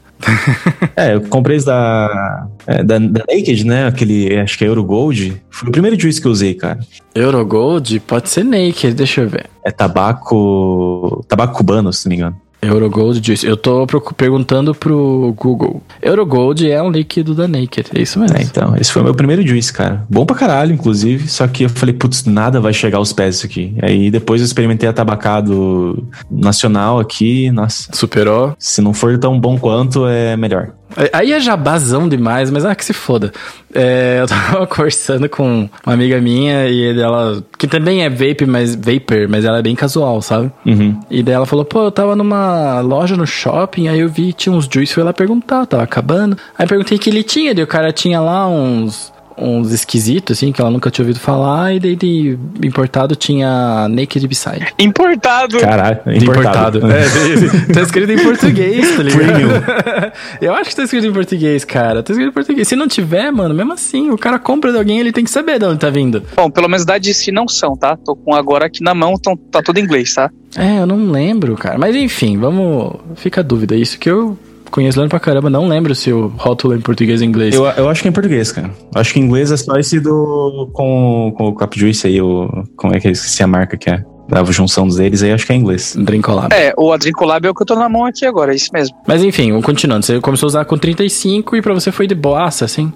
S2: É, eu comprei esse da, é, da, da Naked, né? Aquele, acho que é Euro Gold. Foi o primeiro juice que eu usei, cara.
S4: Eurogold pode ser naked, deixa eu ver.
S2: É tabaco. Tabaco cubano, se não me engano.
S4: Eurogold disso. Eu tô procu- perguntando pro Google. Eurogold é um líquido da Naked, é isso mesmo.
S2: É, então, esse foi o meu primeiro juice, cara. Bom pra caralho, inclusive. Só que eu falei, putz, nada vai chegar aos pés isso aqui. Aí depois eu experimentei a tabacado nacional aqui. Nossa,
S4: Superou.
S2: se não for tão bom quanto, é melhor.
S4: É, Aí é jabazão demais, mas ah, que se foda. É, eu tava conversando com uma amiga minha e ela. Que também é vape, mas vapor, mas ela é bem casual, sabe?
S2: Uhum.
S4: E daí ela falou, pô, eu tava numa loja no shopping, aí eu vi tinha uns juice, fui lá perguntar, tava acabando. Aí perguntei que ele tinha, daí o cara tinha lá uns uns esquisitos, assim, que ela nunca tinha ouvido falar, e daí de importado tinha Naked Beside.
S1: Importado.
S2: Caralho, é importado.
S4: É, de- tá escrito em português, tá ligado?
S2: Premium.
S4: Eu acho que tá escrito em português, cara. Tá escrito em português. Se não tiver, mano, mesmo assim, o cara compra de alguém, ele tem que saber de onde tá vindo.
S1: Bom, pelo menos dá de si não são, tá? Tô com agora aqui na mão, então tá tudo em inglês, tá?
S4: É, eu não lembro, cara. Mas enfim, vamos. Fica a dúvida. Isso que eu conheço lendo pra caramba, não lembro se o rótulo é em português ou inglês.
S2: Eu, eu acho que é em português, cara. Eu acho que em inglês é só esse do. com, com o Cap Juice aí, o. Como é que eu esqueci a marca que é? Da junção dos deles aí, acho que é em inglês.
S4: Drincolab.
S1: É, o Adrincolab é o que eu tô na mão aqui agora, é isso mesmo.
S4: Mas enfim, continuando. Você começou a usar com 35 e pra você foi de boaça, assim?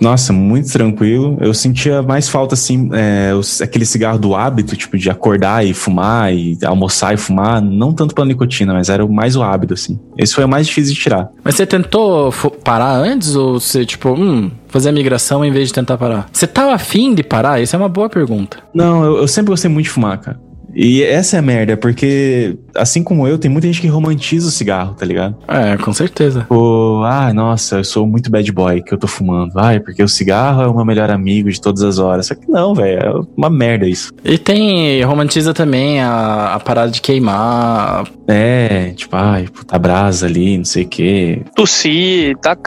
S2: Nossa, muito tranquilo. Eu sentia mais falta, assim, é, os- aquele cigarro do hábito, tipo, de acordar e fumar, e almoçar e fumar. Não tanto pela nicotina, mas era o- mais o hábito, assim. Esse foi o mais difícil de tirar.
S4: Mas você tentou fo- parar antes ou você, tipo, hum, fazer a migração em vez de tentar parar? Você tava afim de parar? Isso é uma boa pergunta.
S2: Não, eu, eu sempre gostei muito de fumar, cara. E essa é a merda, porque, assim como eu, tem muita gente que romantiza o cigarro, tá ligado?
S4: É, com certeza.
S2: Tipo, ah, nossa, eu sou muito bad boy que eu tô fumando. Ai, porque o cigarro é o meu melhor amigo de todas as horas. Só que não, velho, é uma merda isso.
S4: E tem. romantiza também a, a parada de queimar.
S2: É, tipo, ai, puta brasa ali, não sei o quê.
S1: Tossir, tá
S4: Você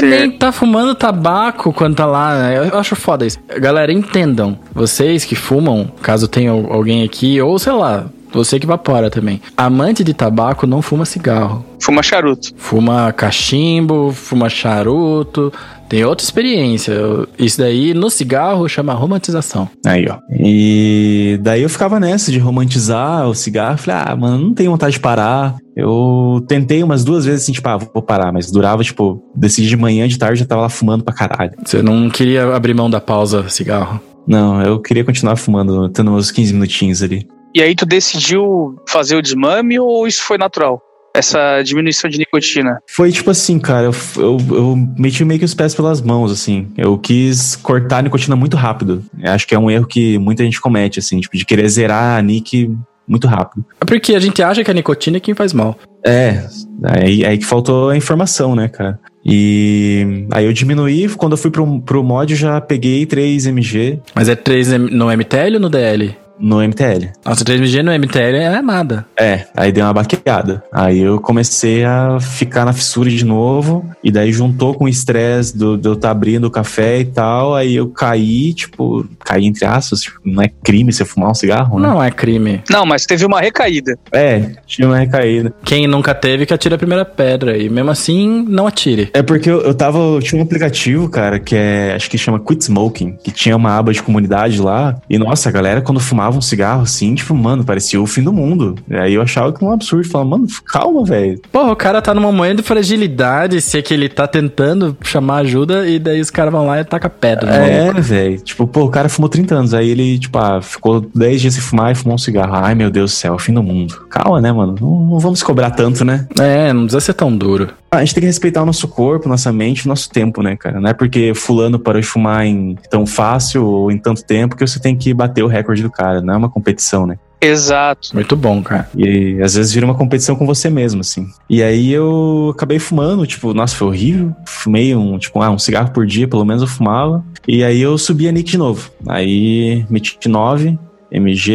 S1: câncer.
S4: nem tá fumando tabaco quando tá lá. né? Eu, eu acho foda isso. Galera, entendam. Vocês que fumam, caso tenha al- alguém aqui, ou sei lá, você que vapora também. Amante de tabaco não fuma cigarro.
S1: Fuma charuto.
S4: Fuma cachimbo, fuma charuto. Tem outra experiência. Eu- Isso daí no cigarro chama romantização.
S2: Aí, ó. E daí eu ficava nessa de romantizar o cigarro. Falei, ah, mano, não tenho vontade de parar. Eu tentei umas duas vezes assim, tipo, ah, vou parar, mas durava, tipo, decidi de manhã, de tarde, já tava lá fumando pra caralho.
S4: Você não queria abrir mão da pausa cigarro.
S2: Não, eu queria continuar fumando, tendo meus 15 minutinhos ali.
S1: E aí tu decidiu fazer o desmame ou isso foi natural? Essa diminuição de nicotina.
S2: Foi tipo assim, cara, eu, eu, eu meti meio que os pés pelas mãos, assim. Eu quis cortar a nicotina muito rápido. Eu acho que é um erro que muita gente comete, assim, tipo, de querer zerar a nick muito rápido.
S4: É porque a gente acha que a nicotina é quem faz mal.
S2: É, aí, aí que faltou a informação, né, cara? E aí eu diminuí, quando eu fui pro, pro mod, eu já peguei 3mg
S4: Mas é 3 no MTL ou no DL?
S2: no MTL.
S4: Nossa, 3mg no MTL é nada.
S2: É, aí deu uma baqueada. Aí eu comecei a ficar na fissura de novo. E daí juntou com o estresse do, de eu estar abrindo o café e tal. Aí eu caí, tipo, caí entre aspas. Tipo, não é crime você fumar um cigarro, né?
S4: Não é crime.
S1: Não, mas teve uma recaída.
S2: É, tinha uma recaída.
S4: Quem nunca teve que atire a primeira pedra. E mesmo assim, não atire.
S2: É porque eu, eu tava. Eu tinha um aplicativo, cara, que é. Acho que chama Quit Smoking, que tinha uma aba de comunidade lá. E nossa, a galera, quando fumava um cigarro assim, tipo, mano, parecia o fim do mundo. Aí eu achava que era um absurdo. Falava, mano, calma, velho.
S4: Porra, o cara tá num momento de fragilidade, se é que ele tá tentando chamar ajuda, e daí os caras vão lá e tacam pedra. né?
S2: É, velho. Tipo, pô, o cara fumou 30 anos. Aí ele, tipo, ah, ficou 10 dias sem fumar e fumou um cigarro. Ai, meu Deus do céu, fim do mundo. Calma, né, mano? Não, não vamos cobrar tanto, né?
S4: É, não precisa ser tão duro.
S2: A gente tem que respeitar o nosso corpo, nossa mente, o nosso tempo, né, cara? Não é porque fulano parou de fumar em tão fácil ou em tanto tempo que você tem que bater o recorde do cara. Não é uma competição, né?
S1: Exato.
S4: Muito bom, cara.
S2: E às vezes vira uma competição com você mesmo, assim. E aí eu acabei fumando, tipo, nossa, foi horrível. Fumei um, tipo, ah, um cigarro por dia, pelo menos eu fumava. E aí eu subi a Nick de novo. Aí meti 9, MG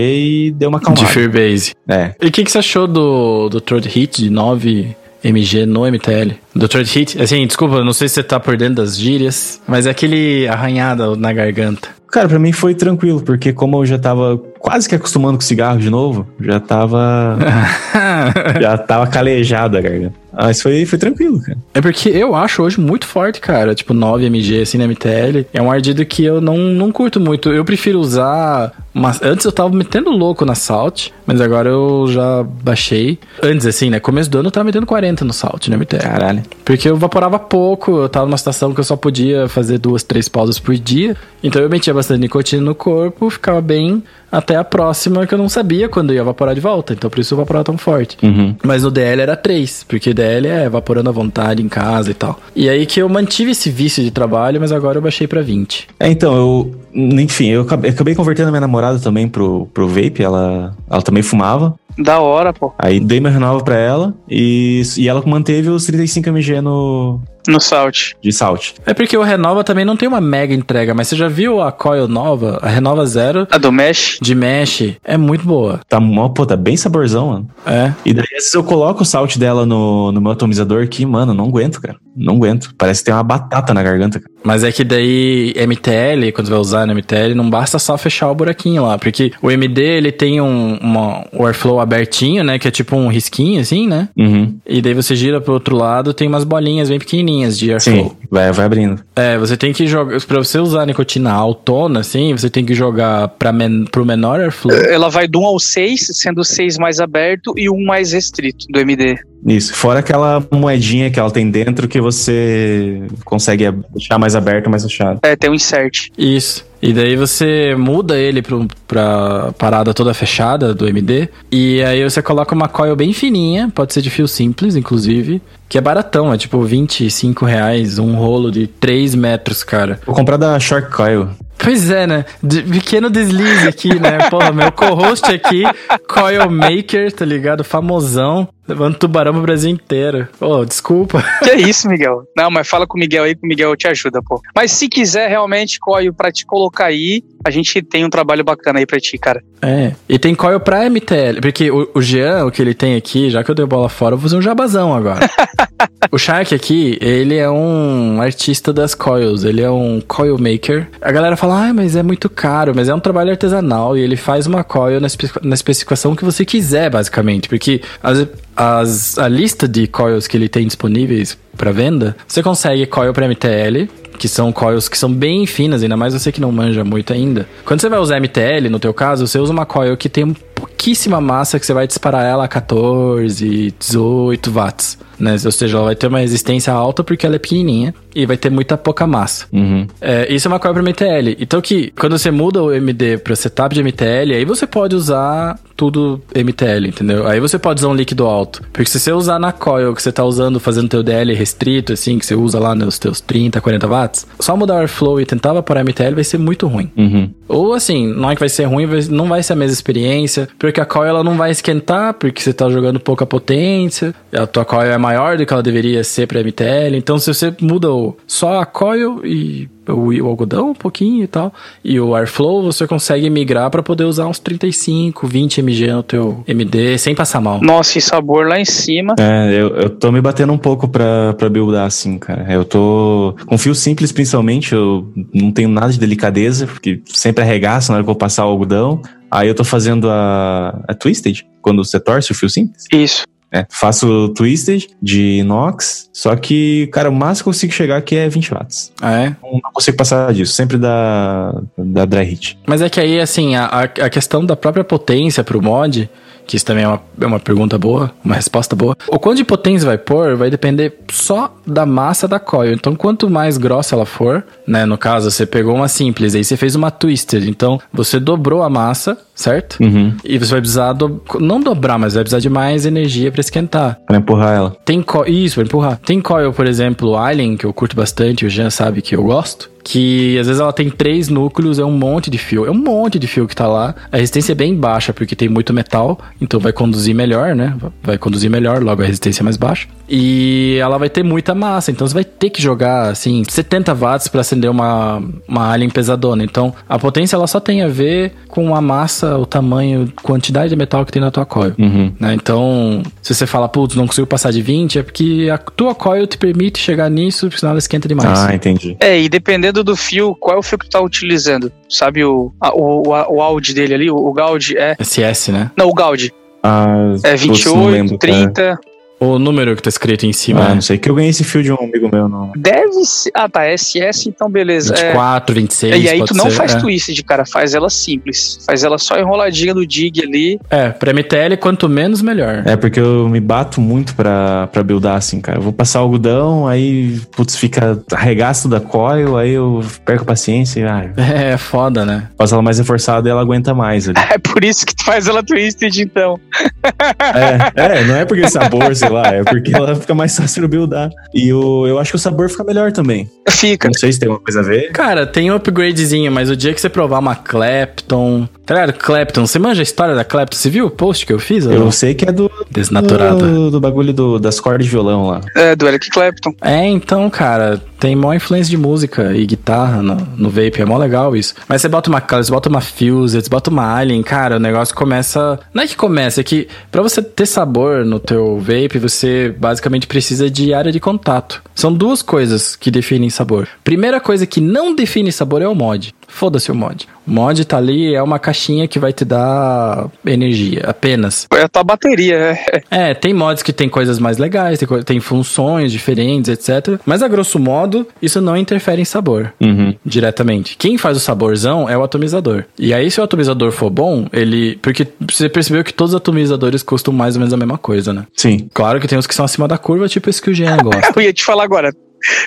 S2: e deu uma
S4: De
S2: calmada.
S4: Fearbase.
S2: É.
S4: E o que, que você achou do, do Throat Hit de 9 MG no MTL? Do Throat Hit? Assim, desculpa, não sei se você tá por dentro das gírias, mas é aquele arranhada na garganta.
S2: Cara, pra mim foi tranquilo, porque como eu já tava quase que acostumando com cigarro de novo, já tava. já tava calejado a garganta. Mas foi, foi tranquilo, cara.
S4: É porque eu acho hoje muito forte, cara. Tipo, 9 MG, assim, na MTL. É um ardido que eu não, não curto muito. Eu prefiro usar Mas antes eu tava metendo louco na Salt, mas agora eu já baixei. Antes, assim, né? Começo do ano eu tava metendo 40 no Salt, né, MTR?
S2: Caralho.
S4: Porque eu vaporava pouco, eu tava numa situação que eu só podia fazer duas, três pausas por dia. Então eu metia bastante nicotina no corpo, ficava bem até a próxima, que eu não sabia quando ia evaporar de volta. Então por isso eu vaporava tão forte. Mas no DL era três, porque DL é evaporando à vontade em casa e tal. E aí que eu mantive esse vício de trabalho, mas agora eu baixei pra 20.
S2: É, então, eu. Enfim, eu acabei, acabei convertendo a minha namorada também pro, pro vape. Ela, ela também fumava.
S1: Da hora, pô.
S2: Aí dei meu renova pra ela e, e ela manteve os 35mg no,
S1: No Salt.
S2: de salt.
S4: É porque o Renova também não tem uma mega entrega, mas você já viu a Coil nova, a Renova Zero
S1: A do Mesh.
S4: de mesh? É muito boa.
S2: Tá, mó- pô, tá bem saborzão, mano.
S4: É.
S2: E daí, às vezes, eu coloco o salt dela no, no meu atomizador aqui, mano, não aguento, cara. Não aguento. Parece que tem uma batata na garganta, cara.
S4: Mas é que daí MTL, quando você vai usar no MTL, não basta só fechar o buraquinho lá, porque o MD ele tem um uma, o airflow abertinho, né, que é tipo um risquinho assim, né?
S2: Uhum.
S4: E daí você gira pro outro lado, tem umas bolinhas bem pequenininhas de airflow.
S2: Sim, vai, vai abrindo.
S4: É, você tem que jogar Pra você usar a nicotina autona assim, você tem que jogar para men, pro menor airflow.
S1: Ela vai do 1 ao 6, sendo o 6 mais aberto e um mais restrito do MD.
S2: Isso. Fora aquela moedinha que ela tem dentro que você consegue ab- deixar mais aberto, mais fechado.
S1: É, tem um insert.
S4: Isso. E daí você muda ele pro, pra parada toda fechada do MD. E aí você coloca uma coil bem fininha, pode ser de fio simples, inclusive. Que é baratão, é tipo 25 reais, um rolo de 3 metros, cara.
S2: Vou comprar da Shark Coil.
S4: Pois é, né? De- pequeno deslize aqui, né? Porra, meu co-host aqui, Coil Maker, tá ligado? Famosão, levando tubarão pro Brasil inteiro. Ô, desculpa.
S1: Que isso, Miguel? Não, mas fala com o Miguel aí, que o Miguel te ajuda, pô. Mas se quiser realmente, Coio, pra te colocar aí, a gente tem um trabalho bacana aí pra ti, cara.
S4: É, e tem coil pra MTL, porque o, o Jean, o que ele tem aqui, já que eu dei bola fora, eu vou fazer um jabazão agora. o Shark aqui, ele é um artista das coils, ele é um coil maker. A galera fala, ah, mas é muito caro, mas é um trabalho artesanal e ele faz uma coil na, espe- na especificação que você quiser, basicamente, porque as, as- a lista de coils que ele tem disponíveis pra venda, você consegue coil pra MTL, que são coils que são bem finas, ainda mais você que não manja muito ainda. Quando você vai usar MTL, no teu caso, você usa uma coil que tem um pouquíssima massa que você vai disparar ela a 14, 18 watts, né? Ou seja, ela vai ter uma resistência alta porque ela é pequenininha e vai ter muita pouca massa.
S2: Uhum.
S4: É, isso é uma coil para MTL. Então que quando você muda o MD para setup de MTL, aí você pode usar tudo MTL, entendeu? Aí você pode usar um líquido alto. Porque se você usar na coil que você tá usando, fazendo teu DL restrito, assim, que você usa lá nos teus 30, 40 watts, só mudar o airflow e tentar vaporar MTL vai ser muito ruim.
S2: Uhum.
S4: Ou assim, não é que vai ser ruim, vai- não vai ser a mesma experiência, porque a coil ela não vai esquentar, porque você tá jogando pouca potência, a tua coil é maior do que ela deveria ser pra MTL, então se você muda o- só a coil e o, e o algodão um pouquinho e tal, e o airflow, você consegue migrar pra poder usar uns 35, 20 mg no teu MD, sem passar mal.
S1: Nossa, e sabor lá em cima.
S2: É, eu, eu tô me batendo um pouco pra, pra buildar assim, cara. Eu tô. Com fio simples, principalmente, eu não tenho nada de delicadeza, porque sempre arregaço na hora que eu vou passar o algodão. Aí eu tô fazendo a, a twisted, quando você torce o fio simples.
S1: Isso.
S2: né? Faço twisted de inox, só que, cara, o máximo que eu consigo chegar aqui é 20 watts.
S4: Ah, é?
S2: Não não consigo passar disso, sempre da, da dry heat.
S4: Mas é que aí, assim, a, a a questão da própria potência pro mod, que isso também é uma, é uma pergunta boa, uma resposta boa. O quanto de potência vai pôr vai depender só da massa da coil. Então, quanto mais grossa ela for, né? No caso, você pegou uma simples, aí você fez uma twisted. Então, você dobrou a massa, certo?
S2: Uhum.
S4: E você vai precisar, do- não dobrar, mas vai precisar de mais energia pra esquentar.
S2: Pra empurrar ela.
S4: Tem co... Isso, pra empurrar. Tem coil, por exemplo, Alien, que eu curto bastante, o Jean sabe que eu gosto. Que às vezes ela tem três núcleos, é um monte de fio. É um monte de fio que tá lá. A resistência é bem baixa, porque tem muito metal, então vai conduzir melhor, né? Vai conduzir melhor, logo a resistência é mais baixa. E ela vai ter muita massa, então você vai ter que jogar, assim, 70 watts pra acender uma, uma Alien pesadona. Então a potência ela só tem a ver com a massa, o tamanho, quantidade de metal que tem na tua coil
S2: Uhum.
S4: né? Então, se você fala, putz, não consigo passar de 20, é porque a tua coil te permite chegar nisso, porque senão ela esquenta demais.
S2: Ah, entendi.
S1: É, e dependendo do fio, qual é o fio que tu tá utilizando? Sabe o, a- o, o, a- o Audi dele ali? O, o Gaudi é.
S4: SS, né?
S1: Não, o Gaudi.
S2: Ah,
S1: É
S2: putz, não
S1: 28,
S2: lembro, cara.
S1: 30.
S4: O número que tá escrito em
S2: Ah,
S4: cima.
S2: não sei. Que eu ganhei esse fio de um amigo meu. Não.
S1: Deve ser. Ah, tá. SS, então beleza. É,
S4: 24, 26.
S1: e aí
S4: pode
S1: tu não
S4: ser,
S1: faz
S4: é.
S1: twisted, cara. Faz ela simples. Faz ela só enroladinha no dig ali.
S4: É, pra MTL, quanto menos, melhor.
S2: É porque eu me bato muito pra, pra buildar assim, cara. Eu vou passar algodão, aí, putz, fica arregaço da coil, aí eu perco a paciência e ai,
S4: É, foda, né?
S2: faço ela mais reforçada e ela aguenta mais ali.
S1: É por isso que tu faz ela twisted, então.
S2: É, é, não é porque sabor, sei lá, é porque ela fica mais fácil de buildar. E o, eu acho que o sabor fica melhor também.
S1: Fica.
S2: Não sei se tem alguma coisa a ver.
S4: Cara, tem um upgradezinho, mas o dia que você provar uma Clapton. Tá ligado? Clapton, você manja a história da Clapton? Você viu o post que eu fiz?
S2: Eu sei que é do,
S4: Desnaturada.
S2: do, do bagulho do, das cordas de violão lá.
S1: É, do Eric Clapton.
S4: É, então, cara, tem maior influência de música e guitarra no, no vape, é mó legal isso. Mas você bota uma Cali, você bota uma Fuse, você bota uma Alien, cara, o negócio começa... Não é que começa, é que pra você ter sabor no teu vape, você basicamente precisa de área de contato. São duas coisas que definem sabor. Primeira coisa que não define sabor é o mod. Foda-se o mod. O mod tá ali, é uma caixinha que vai te dar energia, apenas.
S1: É a tua bateria, é.
S4: É, tem mods que tem coisas mais legais, tem, co- tem funções diferentes, etc. Mas a grosso modo, isso não interfere em sabor
S2: Uhum.
S4: diretamente. Quem faz o saborzão é o atomizador. E aí, se o atomizador for bom, ele. Porque você percebeu que todos os atomizadores custam mais ou menos a mesma coisa, né?
S2: Sim.
S4: Claro que tem uns que são acima da curva, tipo esse que o Jean gosta.
S1: Eu ia te falar agora.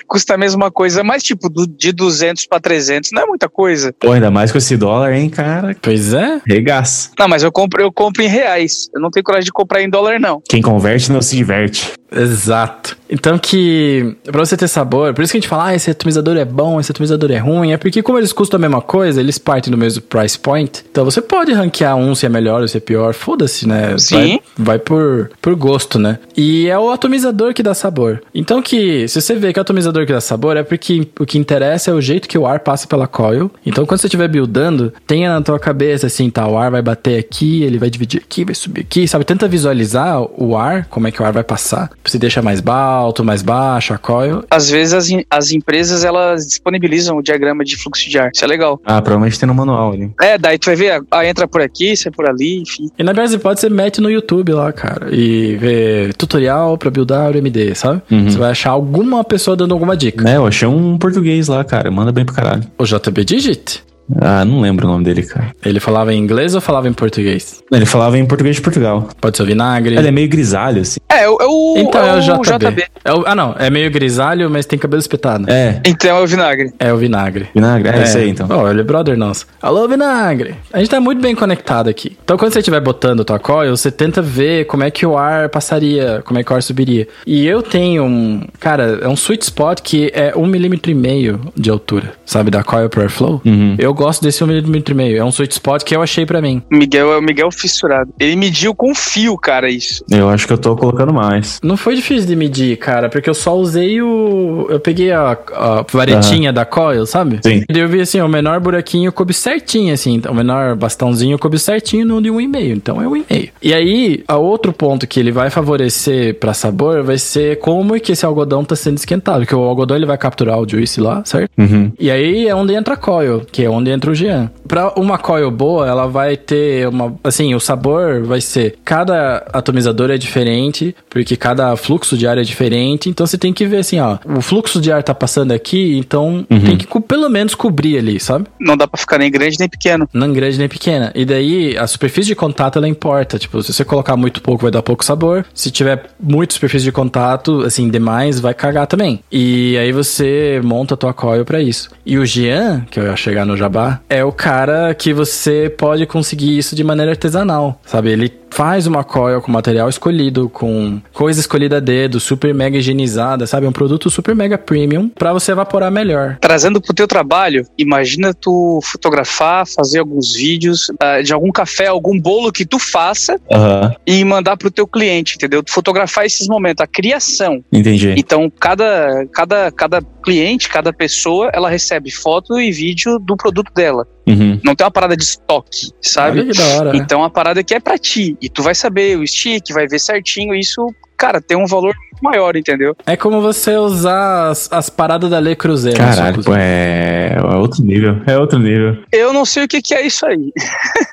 S1: Custa a mesma coisa, mas tipo, do- de 200 pra 300 não é muita coisa.
S2: Pô, ainda mais com esse dólar, hein, cara?
S4: pois é.
S2: Regaça.
S1: Não, mas eu compro, eu compro em reais. Eu não tenho coragem de comprar em dólar, não.
S2: Quem converte não se diverte.
S4: Exato. Então que, pra você ter sabor, por isso que a gente fala, ah, esse atomizador é bom, esse atomizador é ruim, é porque como eles custam a mesma coisa, eles partem do mesmo price point, então você pode ranquear um se é melhor ou se é pior, foda-se, né?
S1: Sim.
S4: Vai, vai por, por gosto, né? E é o atomizador que dá sabor. Então que, se você vê que é o atomizador que dá sabor, é porque o que interessa é o jeito que o ar passa pela coil. Então quando você estiver buildando, tenha na tua cabeça assim, tá, o ar vai bater aqui, ele vai dividir aqui, vai subir aqui, sabe? Tenta visualizar o ar, como é que o ar vai passar. Se deixa mais alto, mais baixo, a coil.
S1: Às vezes as, em- as empresas elas disponibilizam o diagrama de fluxo de ar. Isso é legal.
S2: Ah, provavelmente tem no manual ali.
S1: É, daí tu vai ver, ah, entra por aqui, sai por ali, enfim.
S4: E na pior das hipóteses, você mete no YouTube lá, cara, e vê tutorial pra buildar o MD, sabe?
S2: Uhum.
S4: Você vai achar alguma pessoa dando alguma dica.
S2: É, eu achei um português lá, cara. Manda bem pra caralho.
S4: O JB Digit?
S2: Ah, não lembro o nome dele, cara.
S4: Ele falava em inglês ou falava em português?
S2: Ele falava em português de Portugal.
S4: Pode ser o vinagre.
S2: Ele é meio grisalho, assim.
S1: É, eu, eu,
S4: Então é o
S1: eu-
S4: JB. É o- ah, não. É meio grisalho, mas tem cabelo espetado. É,
S2: É,
S1: Então é o vinagre.
S4: o vinagre.
S2: vinagre. É, isso aí, então.
S4: Ó, ele é brother nosso. Alô, Vinagre! A gente tá muito bem conectado aqui. Então, quando você estiver botando tua coil, você tenta ver como é que o ar passaria, como é que o ar subiria. E eu tenho um... Cara, é um sweet spot que é um milímetro e meio de altura, sabe? Da coil pro airflow.
S2: Uhum.
S4: Eu gosto desse um milímetro e meio. É um sweet spot que eu achei pra mim.
S1: Miguel é o Miguel fissurado. Ele mediu com fio, cara, isso.
S2: Eu acho que eu tô colocando mais.
S4: Não foi difícil de medir, cara, porque eu só usei o. Eu peguei a, a varetinha da coil, sabe?
S2: Sim.
S4: E daí eu vi assim, o menor buraquinho coube certinho, assim. O menor bastãozinho coube certinho no de 1,5. Então é 1,5. E aí, a outro ponto que ele vai favorecer pra sabor vai ser como que esse algodão tá sendo esquentado. Porque o algodão ele vai capturar o juice lá, certo?
S2: Uhum.
S4: E aí é onde entra a coil, que é onde entra o Jean. Pra uma coil boa, ela vai ter uma. Assim, o sabor vai ser. Cada atomizador é diferente, porque cada fluxo de ar é diferente. Então você tem que ver assim, ó. O fluxo de ar tá passando aqui, então tem que co- pelo menos cobrir ali, sabe?
S1: Não dá pra ficar nem grande nem pequeno.
S4: Não grande nem pequena. E daí a superfície de contato ela importa. Tipo, se você colocar muito pouco, vai dar pouco sabor. Se tiver muita superfície de contato, assim, demais, vai cagar também. E aí você monta a tua coil pra isso. E o Jean, que eu ia chegar no jabá, é o cara que você pode conseguir isso de maneira artesanal. Sabe? Ele faz uma coil com material escolhido, com coisa escolhida a dedo, super mega higienizada, sabe? Um produto super mega premium pra você evaporar melhor.
S1: Trazendo pro teu trabalho, imagina tu fotografar, fazer alguns vídeos ah, de algum café, algum bolo que tu faça
S2: Aham.
S1: e mandar pro teu cliente, entendeu? Tu Fotografar esses momentos, a criação.
S2: Entendi.
S1: Então, cada, cada, cada cliente, cada pessoa, ela recebe foto e vídeo do produto dela.
S2: Uhum.
S1: Não tem uma parada de estoque, sabe?
S4: Olha que da hora. né?
S1: é Então a parada que é pra ti. E tu vai saber o stick, vai ver certinho. Isso, cara, tem um valor maior, entendeu?
S4: É como você usar as, as paradas da Lei Cruzeiro. né, na sua
S2: Caralho, pô,
S4: cozinha.
S2: é... é outro nível. É outro nível.
S1: Eu não sei o que, que é isso aí.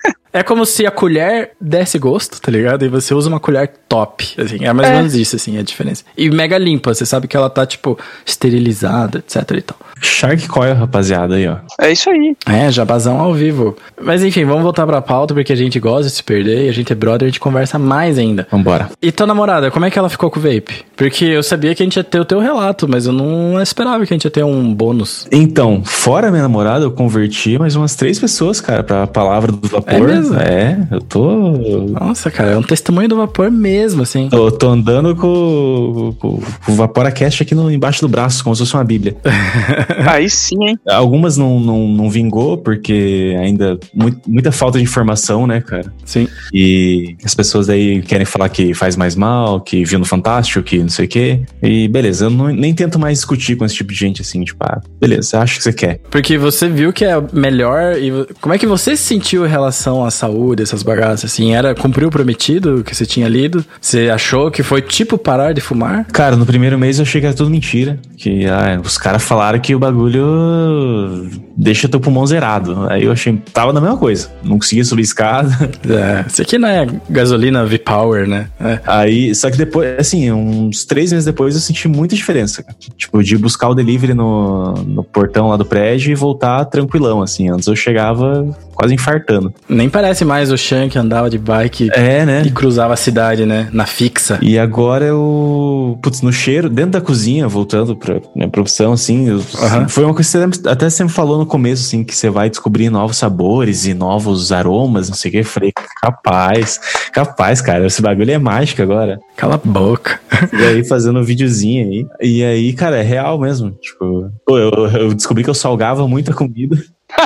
S4: É como se a colher desse gosto, tá ligado? E você usa uma colher top. Assim, é mais ou
S1: É.
S4: menos isso, assim, a diferença. E mega limpa, você sabe que ela tá, tipo, esterilizada, etc e tal.
S2: Shark Coil, rapaziada, aí, ó.
S1: É isso aí.
S4: É, jabazão ao vivo. Mas enfim, vamos voltar pra pauta, porque a gente gosta de se perder, e a gente é brother, a gente conversa mais ainda.
S2: Vambora.
S4: E tua namorada, como é que ela ficou com o vape? Porque eu sabia que a gente ia ter o teu relato, mas eu não esperava que a gente ia ter um bônus.
S2: Então, fora minha namorada, eu converti mais umas três pessoas, cara, pra palavra do vapor.
S4: É mesmo?
S2: É, eu tô.
S4: Nossa, cara, é um testemunho do vapor mesmo, assim.
S2: Tô, tô andando com, com, com o Vaporacast aqui no, embaixo do braço, como se fosse uma bíblia.
S1: Aí sim, hein?
S2: Algumas não, não, não vingou, porque ainda mu- muita falta de informação, né, cara?
S4: Sim.
S2: E as pessoas daí querem falar que faz mais mal, que viu no Fantástico, que não sei o quê. E beleza, eu não- nem tento mais discutir com esse tipo de gente, assim, tipo, ah, beleza, acho que você quer.
S4: Porque você viu que é melhor e vo- como é que você se sentiu em relação à saúde, essas bagaças assim? Era cumpriu o prometido que você tinha lido? Você achou que foi tipo parar de fumar?
S2: Cara, no primeiro mês eu achei que era tudo mentira. Que ah, os caras falaram que o bagulho deixa teu pulmão zerado. Aí eu achei tava na mesma coisa. Não conseguia subir escada.
S4: É, isso aqui não é gasolina V-Power, né? É.
S2: Aí, só que depois, assim, uns três meses depois eu senti muita diferença. cara. Tipo, de buscar o delivery no, no portão lá do prédio e voltar tranquilão, assim. Antes eu chegava quase infartando.
S4: Nem parece mais o Sean que andava de bike
S2: É, né?
S4: e cruzava a cidade, né? Na fixa.
S2: E agora eu. Putz, no cheiro, dentro da cozinha, voltando pra minha profissão, assim. eu-
S4: Aham.
S2: Foi uma coisa que você lembra- até sempre falou no começo, assim, que você vai descobrir novos sabores e novos aromas, não sei o que. Eu falei, capaz, capaz, cara, esse bagulho é mágico agora.
S4: Cala a boca.
S2: E aí, fazendo um videozinho aí. E aí, cara, é real mesmo. Tipo, pô, eu, eu descobri que eu salgava muita comida.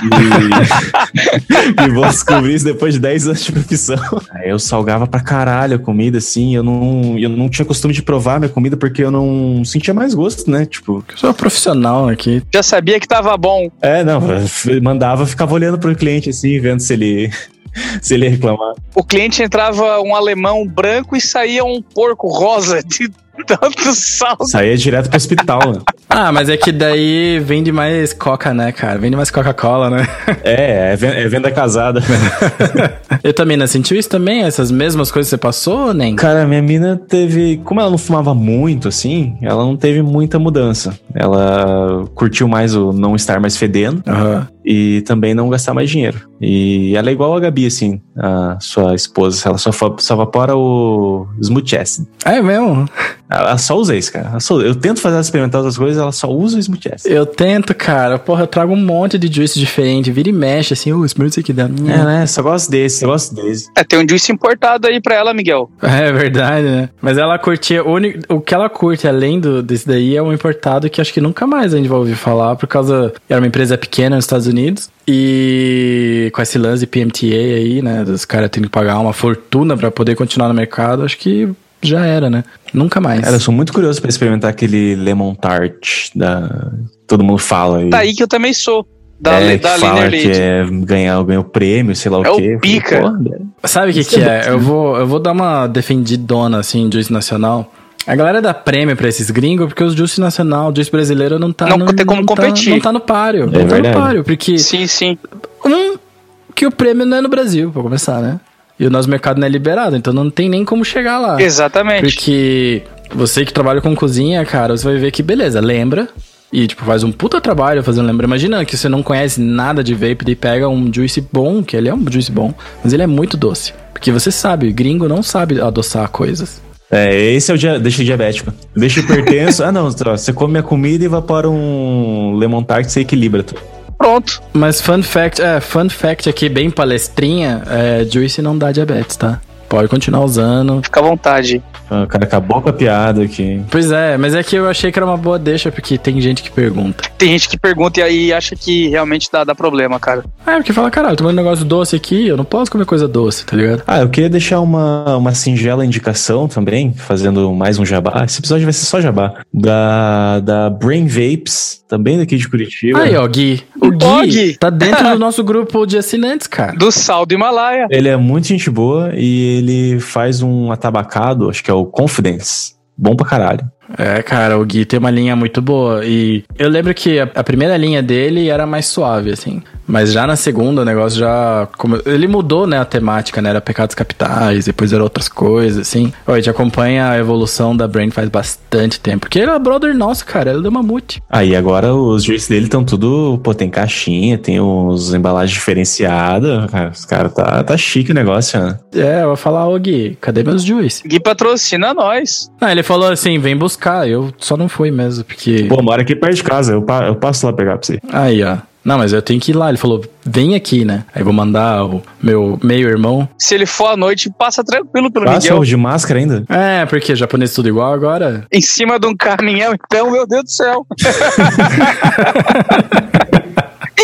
S2: E, e vou descobrir isso depois de 10 anos de profissão. Aí eu salgava pra caralho a comida, assim. Eu não, eu não tinha costume de provar minha comida porque eu não sentia mais gosto, né? Tipo,
S4: Eu sou um profissional aqui.
S1: Já sabia que tava bom.
S2: é, não, eu mandava, ficava olhando pro cliente, assim, vendo se ele, se ele ia reclamar.
S1: O cliente entrava um alemão branco e saía um porco rosa de tanto sal.
S2: Saía direto pro hospital, né?
S4: Ah, mas é que daí vende mais coca, né, cara? Vende mais Coca-Cola, né?
S2: É, é ven- é venda casada.
S4: Eu também, né? Sentiu isso também? Essas mesmas coisas que você passou, ou nem?
S2: Cara, minha mina teve. Como ela não fumava muito, assim, ela não teve muita mudança. Ela curtiu mais o não estar mais fedendo
S4: Aham.
S2: e também não gastar mais dinheiro. E ela é igual a Gabi, assim, a sua esposa. Ela só, fa- só vapora o smooth acid.
S4: É mesmo?
S2: Ela só usa isso, cara. Ela só- eu tento fazer ela experimentar outras coisas, ela só usa o smooth acid.
S4: Eu tento, cara. Porra, eu trago um monte de juice diferente. Vira e mexe, assim. Uh, experimenta isso aqui da
S2: É,
S4: minha.
S2: né? Só gosto desse, só gosto desse.
S1: É, tem um juice importado aí pra ela, Miguel.
S4: É verdade, né? Mas ela curtia... O, uni- o que ela curte, além do, desse daí, é um importado que acho que nunca mais a gente vai ouvir falar, por causa... Era uma empresa pequena nos Estados Unidos. E com esse lance de PMTA aí, né? Dos caras tendo que pagar uma fortuna pra poder continuar no mercado. Acho que já era, né? Nunca mais.
S2: Cara, eu sou muito curioso pra experimentar aquele lemon tart da. Todo mundo fala aí.
S1: Tá aí que eu também sou. Da,
S2: é,
S1: Le-
S2: que
S1: da
S2: fala
S1: Leader
S2: que
S1: Lead.
S2: é ganhar, ganhar o prêmio, sei lá o
S1: É o
S2: quê. Eu falei,
S1: pica.
S2: "Pô, né?"
S4: Sabe o que, que é? Eu vou, eu vou dar uma defendidona, assim, em Juice Nacional. A galera dá prêmio pra esses gringos porque os Juice Nacional, Juice brasileiro não tá...
S1: Não tem como
S4: tá-
S1: competir.
S4: não tá no páreo. não tá no
S2: verdade.
S4: páreo, porque...
S1: Sim, sim.
S4: Um, que o prêmio não é no Brasil, pra começar, né? E o nosso mercado não é liberado, então não tem nem como chegar lá.
S1: Exatamente.
S4: Porque você que trabalha com cozinha, cara, você vai ver que, beleza, lembra. E, tipo, faz um puta trabalho fazendo lembra. Imagina que você não conhece nada de vape e pega um juice bom, que ele é um juice bom, mas ele é muito doce. Porque você sabe, gringo não sabe adoçar coisas.
S2: É, esse é o dia, deixa o diabético. Deixa o hipertenso. ah, não, ó, você come minha comida e evapora um lemon tart, você equilibra. tudo.
S1: Pronto.
S4: Mas fun fact, é, fun fact aqui, bem palestrinha, é, juice não dá diabetes, tá? Pode continuar usando.
S1: Fica à vontade.
S2: Ah, O cara acabou com a piada aqui.
S4: Pois é, mas é que eu achei que era uma boa deixa, porque tem gente que pergunta.
S1: Tem gente que pergunta e aí acha que realmente dá, dá problema, cara.
S4: Ah, é porque fala, caralho, eu tô comendo um negócio doce aqui, eu não posso comer coisa doce, tá ligado?
S2: Ah, eu queria deixar uma, uma singela indicação também, fazendo mais um jabá. Esse episódio vai ser só jabá. Da, da Brain Vapes, também daqui de Curitiba.
S4: Aí, ó, Gui. O Gui
S1: Ó, Gui.
S4: tá dentro do nosso grupo de assinantes, cara.
S1: Do sal do Himalaia.
S2: Ele é muito gente boa e ele faz um atabacado, acho que é é o Confidence. Bom pra caralho.
S4: É, cara, o Gui tem uma linha muito boa. E eu lembro que a, a primeira linha dele era mais suave, assim. Mas já na segunda o negócio já. come- Ele mudou, né, a temática, né? Era pecados capitais, depois era outras coisas, assim. Ó, A gente acompanha a evolução da Brain faz bastante tempo. Porque ele é brother nosso, cara. Ele é do mamute.
S2: Aí agora os drinks dele estão tudo. Pô, tem caixinha, tem uns embalagens diferenciadas. Cara, os caras tá, tá chique o negócio, né?
S4: É, eu vou falar, ô Gui, cadê meus juice?
S1: Gui patrocina nós.
S4: Ah, ele falou assim: vem buscar. Eu só não fui mesmo, porque.
S2: Pô, mora aqui perto de casa, eu, pa- eu passo lá pegar pra você.
S4: Aí, ó. Não, mas eu tenho que ir lá. Ele falou, vem aqui, né? Aí vou mandar o meu meio-irmão.
S1: Se ele for à noite, passa tranquilo pelo
S2: Passa
S1: Miguel.
S2: o de máscara ainda?
S4: É, porque japonês tudo igual agora.
S1: Em cima de um caminhão, então, meu Deus do céu.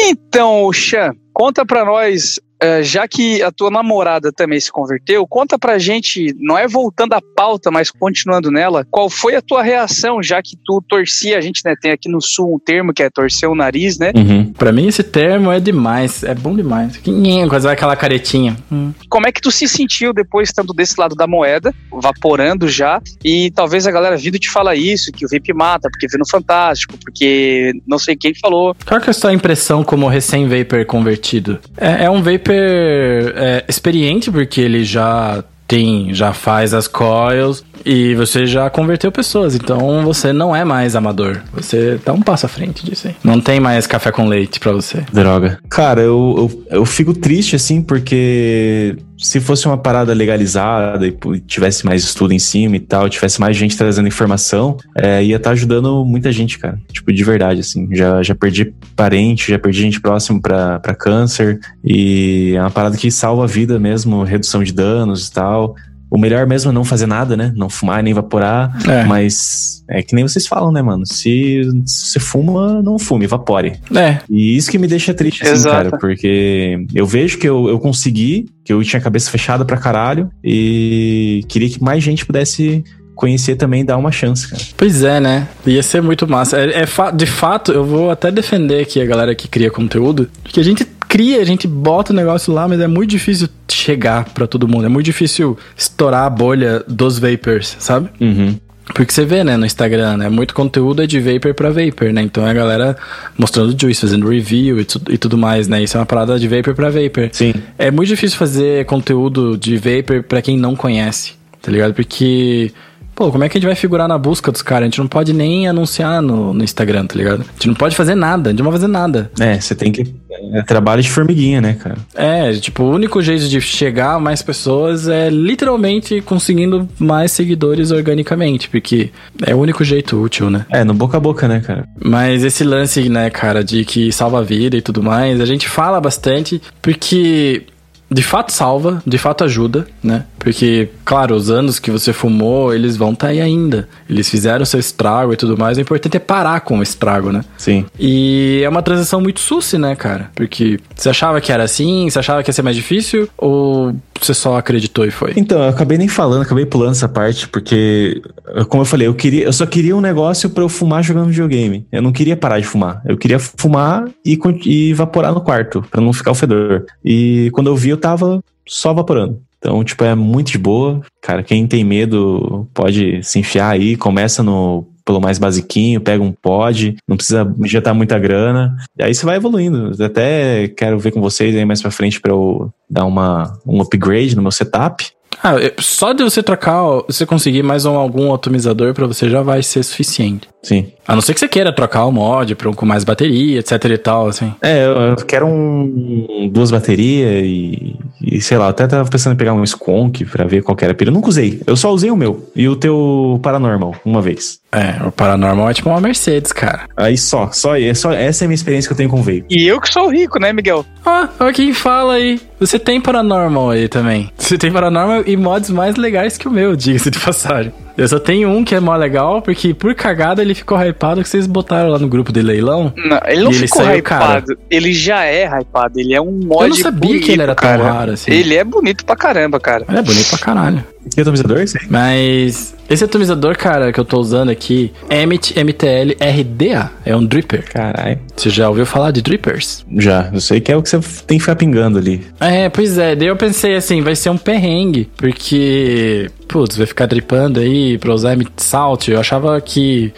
S1: então, Xan, conta pra nós, eh, já que a tua namorada também se converteu, conta pra gente, não é voltando à pauta, mas continuando nela, qual foi a tua reação, já que tu torcia, a gente né, tem aqui no Sul um termo que é torcer o nariz, né?
S2: Uhum.
S4: Pra mim esse termo é demais, é bom demais. Quinhengo, Fazer aquela caretinha. Hum.
S1: Como é que tu se sentiu depois estando desse lado da moeda, vaporando já, e talvez a galera vindo te falar isso, que o VIP mata, porque viu no Fantástico, porque não sei quem falou.
S4: Qual que é a sua impressão como recém-vapor convertido? É, é um vapor é, experiente, porque ele já tem, já faz as coils e você já converteu pessoas, então você não é mais amador. Você dá um passo à frente disso aí. Não tem mais café com leite pra você.
S2: Droga. Cara, eu, eu, eu fico triste assim, porque se fosse uma parada legalizada e pô, tivesse mais estudo em cima e tal, tivesse mais gente trazendo informação, é, ia estar ajudando muita gente, cara. Tipo, de verdade, assim. Já, já perdi parente, já perdi gente próxima pra, pra câncer, e é uma parada que salva a vida mesmo, redução de danos e tal. O melhor mesmo é não fazer nada, né? Não fumar nem evaporar.
S4: É.
S2: Mas é que nem vocês falam, né, mano? Se você fuma, não fume, evapore.
S4: É,
S2: E isso que me deixa triste, assim,
S1: Exato.
S2: cara, porque eu vejo que eu, eu consegui, que eu tinha a cabeça fechada pra caralho e queria que mais gente pudesse conhecer também e dar uma chance, cara.
S4: Pois é, né? Ia ser muito massa. É, é fa- de fato, eu vou até defender aqui a galera que cria conteúdo, porque a gente cria, a gente bota o negócio lá, mas é muito difícil chegar pra todo mundo. É muito difícil estourar a bolha dos vapers, sabe?
S2: Uhum.
S4: Porque você vê, né, no Instagram, né, muito conteúdo é de vapor pra vapor, né? Então é a galera mostrando juice, fazendo review e, tu- e tudo mais, né? Isso é uma parada de vapor pra vapor.
S2: Sim.
S4: É muito difícil fazer conteúdo de vapor pra quem não conhece, tá ligado? Porque, pô, como é que a gente vai figurar na busca dos caras? A gente não pode nem anunciar no, no Instagram, tá ligado? A gente não pode fazer nada, a gente não vai fazer nada.
S2: É, você tem que. É trabalho de formiguinha, né, cara?
S4: É, tipo, o único jeito de chegar a mais pessoas é literalmente conseguindo mais seguidores organicamente, porque é o único jeito útil, né?
S2: É, no boca a boca, né, cara?
S4: Mas esse lance, né, cara, de que salva a vida e tudo mais, a gente fala bastante porque de fato salva, de fato ajuda, né? Porque, claro, os anos que você fumou, eles vão estar aí ainda. Eles fizeram seu estrago e tudo mais. O importante é parar com o estrago, né?
S2: Sim.
S4: E é uma transição muito suce, né, cara? Porque você achava que era assim, você achava que ia ser mais difícil, ou você só acreditou e foi?
S2: Então, eu acabei nem falando, acabei pulando essa parte, porque, como eu falei, eu, queria, eu só queria um negócio pra eu fumar jogando videogame. Eu não queria parar de fumar. Eu queria fumar e, con- e evaporar no quarto, pra não ficar o fedor. E quando eu vi, eu tava só evaporando. Então, tipo, é muito de boa. Cara, quem tem medo pode se enfiar aí, começa no pelo mais basiquinho, pega um pod, não precisa injetar muita grana. E aí você vai evoluindo. Eu Até quero ver com vocês aí mais pra frente pra eu dar uma, um upgrade no meu setup.
S4: Ah, eu- só de você trocar, ó, você conseguir mais um, algum atomizador pra você já vai ser suficiente.
S2: Sim.
S4: A não ser que você queira trocar o mod pra um com mais bateria, etc e tal, assim.
S2: É, eu, eu quero um, duas baterias e, e sei lá, eu até tava pensando em pegar um Skonk pra ver qual que era a pilha. Eu nunca usei, eu só usei o meu e o teu Paranormal uma vez.
S4: É, o Paranormal é tipo uma Mercedes, cara.
S2: Aí só, só, é só essa é a minha experiência que eu tenho com o Vape.
S1: E eu que sou rico, né, Miguel?
S4: Ah, olha quem fala aí. Você tem Paranormal aí também. Você tem Paranormal e mods mais legais que o meu, diga-se de passagem. Eu só tenho um que é mó legal, porque por cagada ele ficou hypado que vocês botaram lá no grupo de leilão.
S1: Não, ele não
S4: E ele
S1: ficou
S4: saiu
S1: hypado. Ele já é hypado. Ele é um mod.
S4: Eu não sabia que
S1: bonito,
S4: ele era tão
S1: cara.
S4: raro assim.
S1: Ele é bonito pra caramba, cara.
S4: Ele é bonito pra caralho.
S2: Que atomizador? Sim.
S4: Mas esse atomizador, cara, que eu tô usando aqui, Emmet MTL RDA. É um dripper.
S2: Caralho.
S4: Você já ouviu falar de drippers?
S2: Já, eu sei que é o que você tem que ficar pingando ali.
S4: É, pois é. Daí eu pensei assim, vai ser um perrengue, porque... Putz, vai ficar dripando aí pra usar Emmet Salt. Eu achava que...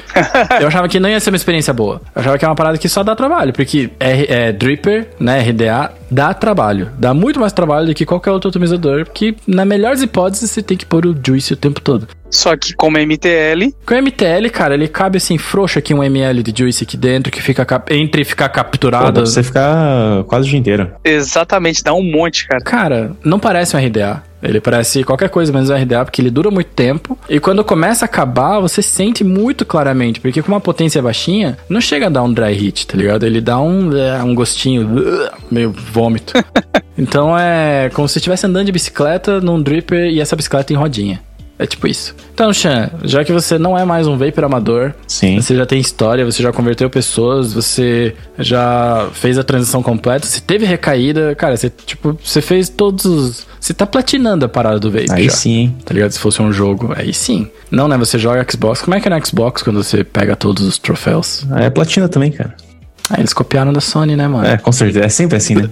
S4: eu achava que não ia ser uma experiência boa. Eu achava que é uma parada que só dá trabalho, porque é, é dripper, né, RDA, dá trabalho. Dá muito mais trabalho do que qualquer outro atomizador, porque na melhor das hipóteses você tem que pôr o juice o tempo todo.
S1: Só que como é MTL,
S4: Com o MTL, cara, ele cabe assim, frouxo aqui um ml de juice aqui dentro, que fica cap- entre ficar
S2: Pô, dá
S4: capturado.
S2: pra você ficar quase o dia inteiro.
S1: exatamente, dá um monte, cara.
S4: Cara, não parece um RDA. Ele parece qualquer coisa menos um RDA, porque ele dura muito tempo. E quando começa a acabar, você sente muito claramente. Porque com uma potência é baixinha, não chega a dar um dry hit, tá ligado? Ele dá um, é, um gostinho uh, meio vômito. então é como se você estivesse andando de bicicleta num dripper e essa bicicleta em rodinha. É tipo isso. Então, Chan, já que você não é mais um vapor amador,
S2: Sim.
S4: você já tem história, você já converteu pessoas, você já fez a transição completa, você teve recaída, cara, você tipo, você fez todos os. Você tá platinando a parada do vape.
S2: Aí
S4: já,
S2: sim, hein?
S4: Tá ligado? Se fosse um jogo, aí sim. Não, né? Você joga Xbox. Como é que é no Xbox quando você pega todos os troféus?
S2: Ah, é platina também, cara.
S4: Ah, eles copiaram da Sony, né, mano?
S2: É, com certeza. É sempre assim, né?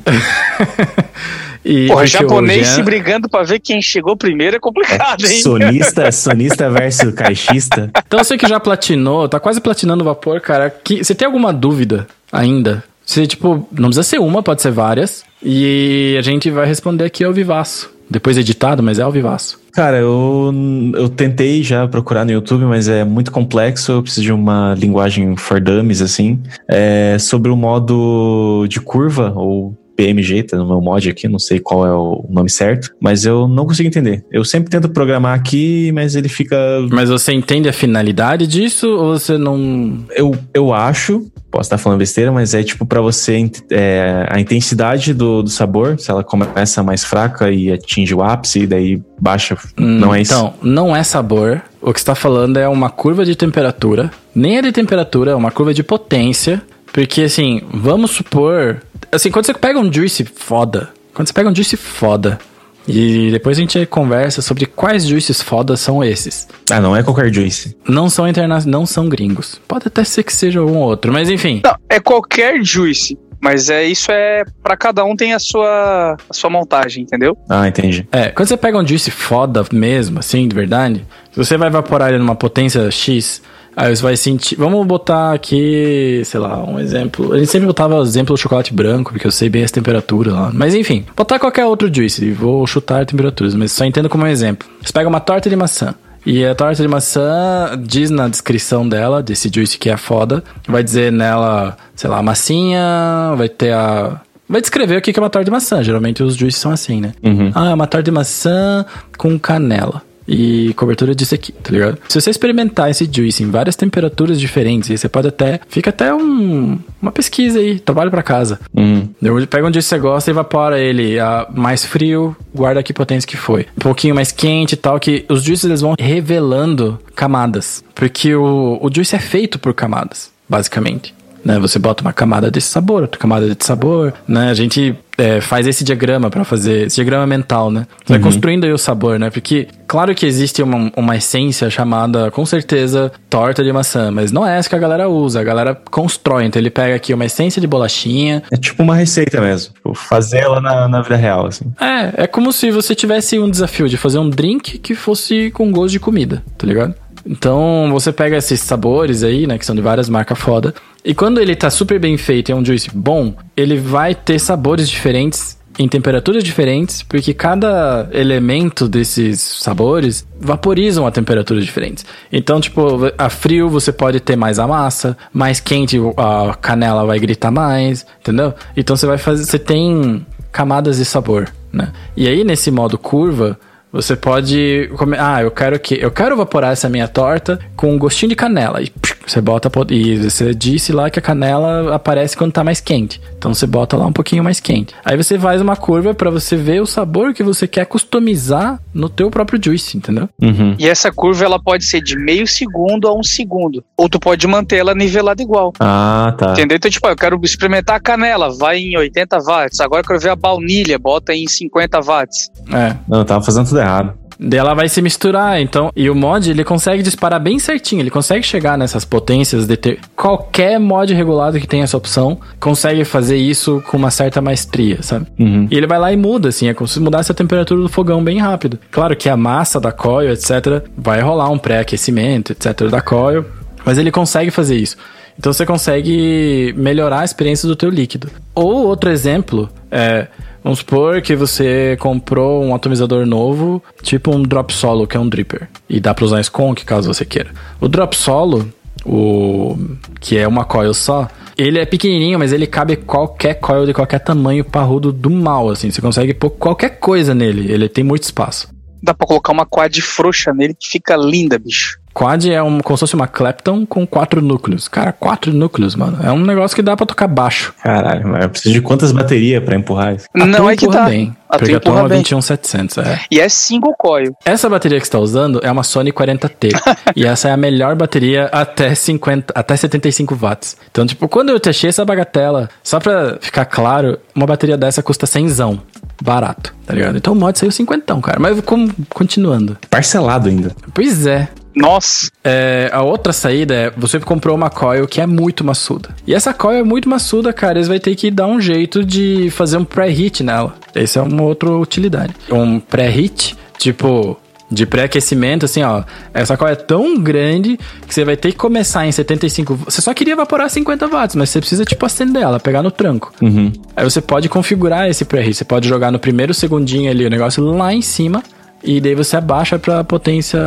S4: E
S1: Porra,
S4: porque é- o
S1: japonês
S4: Jean-
S1: se brigando pra ver quem chegou primeiro é complicado, hein?
S2: sonista, sonista versus caixista.
S4: Então você que já platinou, tá quase platinando o vapor, cara. Que, você tem alguma dúvida ainda? Você, tipo, não precisa ser uma, pode ser várias. E a gente vai responder aqui ao vivaço. Depois editado, mas é ao vivaço.
S2: Cara, eu, eu tentei já procurar no YouTube, mas é muito complexo. Eu preciso de uma linguagem for dummies, assim. É sobre o modo de curva, ou PMG, tá no meu mod aqui, não sei qual é o nome certo, mas eu não consigo entender. Eu sempre tento programar aqui, mas ele fica
S4: Mas você entende a finalidade disso ou você não.
S2: eu, eu acho, posso estar falando besteira, mas é tipo pra você ent- é, a intensidade do, do sabor, se ela começa mais fraca e atinge o ápice, e daí baixa.
S4: Hum,
S2: não é isso.
S4: Então, não é sabor. O que está falando é uma curva de temperatura. Nem é de temperatura, é uma curva de potência. Porque, assim, vamos supor. Assim, quando você pega um juice foda. Quando você pega um juice foda. E depois a gente conversa sobre quais juices fodas são esses.
S2: Ah, não é qualquer juice.
S4: Não são interna... não são gringos. Pode até ser que seja um ou outro, mas enfim.
S1: Não, é qualquer juice, mas é isso é pra cada um tem a sua a sua montagem, entendeu?
S2: Ah, entendi.
S4: É, quando você pega um juice foda mesmo, assim, de verdade, se você vai evaporar ele numa potência X, aí você vai sentir. Vamos botar aqui, sei lá, um exemplo. A gente sempre botava o exemplo do chocolate branco, porque eu sei bem as temperaturas lá. Mas enfim, botar qualquer outro juice, vou chutar temperaturas, mas só entendo como um exemplo. Você pega uma torta de maçã. E a torta de maçã diz na descrição dela, desse juice que é foda, vai dizer nela, sei lá, massinha, vai ter a. Vai descrever o que que é uma torta de maçã. Geralmente os juices são assim, né? Ah, é uma torta de maçã com canela. E cobertura disso aqui, tá ligado? Se você experimentar esse juice em várias temperaturas diferentes, aí você pode até. Fica até um, uma pesquisa aí, trabalho pra casa.
S2: Hum.
S4: Eu- Pega um dia que você gosta e evapora ele. Ah, mais frio, guarda que potência que foi. Um pouquinho mais quente e tal, que os juices eles vão revelando camadas. Porque o, o juice é feito por camadas, basicamente. Né? Você bota uma camada desse sabor, outra camada desse sabor, né? A gente é, faz esse diagrama pra fazer... Esse diagrama mental, né? Você vai construindo aí o sabor, né? Porque, claro que existe uma, uma essência chamada, com certeza, torta de maçã. Mas não é essa que a galera usa. A galera constrói. Então ele pega aqui uma essência de bolachinha,
S2: É tipo uma receita mesmo. Tipo, fazer ela na, na vida real, assim.
S4: é, é como se você tivesse um desafio de fazer um drink que fosse com gosto de comida, tá ligado? Então você pega esses sabores aí, né, que são de várias marcas foda, e quando ele tá super bem feito e é um juice bom, ele vai ter sabores diferentes em temperaturas diferentes, porque cada elemento desses sabores vaporizam a temperaturas diferentes. Então, tipo, a frio você pode ter mais a massa, mais quente a canela vai gritar mais, entendeu? Então você vai fazer, você tem camadas de sabor, né? E aí nesse modo curva, você pode come- ah, eu quero que eu quero evaporar essa minha torta com um gostinho de canela e psh, você bota a po- e você disse lá que a canela aparece quando tá mais quente. Então você bota lá um pouquinho mais quente. Aí você faz uma curva pra você ver o sabor que você quer customizar no teu próprio juice, entendeu?
S2: Uhum.
S1: E essa curva ela pode ser de meio segundo a um segundo, ou tu pode manter ela nivelada igual.
S2: Ah, tá.
S1: Entendeu? Então, tipo, ah, eu quero experimentar a canela, vai em 80 watts. Agora eu quero ver a baunilha, bota em 50 watts.
S4: É.
S2: Não, eu tava fazendo tudo errado.
S4: Daí ela vai se misturar, então. E o mod, ele consegue disparar bem certinho. Ele consegue chegar nessas potências de ter. Qualquer mod regulado que tenha essa opção consegue fazer isso com uma certa maestria, sabe?
S2: Uhum.
S4: E ele vai lá e muda, assim, é como se mudasse a temperatura do fogão bem rápido. Claro que a massa da coil, etc., vai rolar um pré-aquecimento, etc., da coil, mas ele consegue fazer isso. Então você consegue melhorar a experiência do teu líquido. Ou outro exemplo é, vamos supor que você comprou um atomizador novo, tipo um drop solo, que é um dripper, e dá para usar em sconk caso você queira. O drop solo, o que é uma coil só, ele é pequenininho, mas ele cabe qualquer coil de qualquer tamanho parrudo do mal, assim. Você consegue pôr qualquer coisa nele, ele tem muito espaço.
S1: Dá pra colocar uma quad frouxa nele que fica linda, bicho.
S4: Quad é um, como se fosse uma Clapton com quatro núcleos. Cara, quatro núcleos, mano. É um negócio que dá pra tocar baixo.
S2: Caralho, mas eu preciso de quantas baterias pra empurrar isso?
S4: A
S1: não
S4: tua
S1: é que
S4: empurra
S1: tá.
S4: Bem,
S1: A tua
S4: porque a tua é
S1: empurra
S4: uma
S1: bem.
S4: 21700, é.
S1: E é single coil.
S4: Essa bateria que você tá usando é uma Sony 40T. e essa é a melhor bateria até 50, até 75 watts. Então, tipo, quando eu testei essa bagatela, só pra ficar claro, uma bateria dessa custa 100zão. Barato, tá ligado? Então o mod saiu 50, cara. Mas como- continuando.
S2: Parcelado ainda.
S4: Pois é.
S1: Nossa,
S4: É, a outra saída é você comprou uma coil que é muito maçuda. E essa coil é muito maçuda, cara. Eles vão ter que dar um jeito de fazer um pré-hit nela. Essa é uma outra utilidade. Um pré-hit, tipo. De pré-aquecimento, assim, ó. Essa coil é tão grande que você vai ter que começar em 75. Você só queria evaporar 50 watts, mas você precisa, tipo, acender ela, pegar no tranco.
S2: Uhum.
S4: Aí você pode configurar esse pré-heat. Você pode jogar no primeiro segundinho ali o negócio lá em cima. E daí você abaixa pra potência,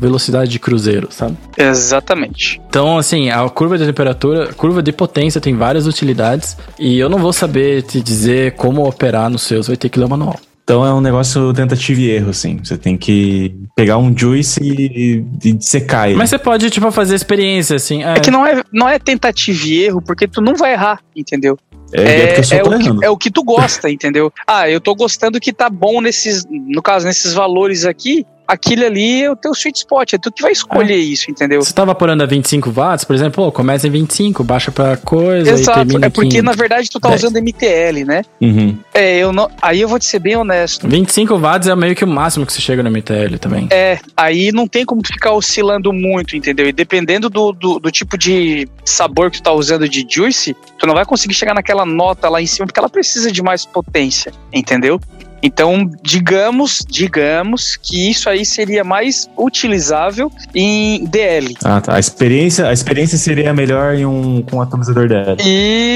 S4: velocidade de cruzeiro, sabe?
S1: exatamente.
S4: Então, assim, a curva de temperatura, a curva de potência tem várias utilidades. E eu não vou saber te dizer como operar nos seus, vai ter que ler o manual.
S2: Então é um negócio tentativa e erro, assim. Você tem que pegar um juice e, e secar ele.
S4: Mas você pode, tipo, fazer experiência, assim.
S1: É que não é, não é tentativa e erro, porque tu não vai errar, entendeu?
S2: é, é porque eu só
S1: é
S2: tô
S1: o
S2: errando.
S1: que, é o que tu gosta, entendeu? Ah, eu tô gostando que tá bom nesses, no caso, nesses valores aqui. Aquilo ali é o teu sweet spot, é tu que vai escolher isso, entendeu?
S4: Você tá evaporando a 25 watts, por exemplo, pô, começa em 25, baixa pra coisa e
S1: Exato,
S4: termina
S1: é porque
S4: em
S1: na verdade tu tá
S4: 10.
S1: usando MTL, né?
S2: Uhum.
S1: É, eu não. Aí eu vou te ser bem honesto.
S4: 25 watts é meio que o máximo que você chega no MTL também.
S1: É, aí não tem como tu ficar oscilando muito, entendeu? E dependendo do, do, do tipo de sabor que tu tá usando de juice, tu não vai conseguir chegar naquela nota lá em cima porque ela precisa de mais potência, entendeu? Então, digamos, digamos que isso aí seria mais utilizável em DL.
S2: Ah, tá. A experiência, a experiência seria melhor em um, com um atomizador DL.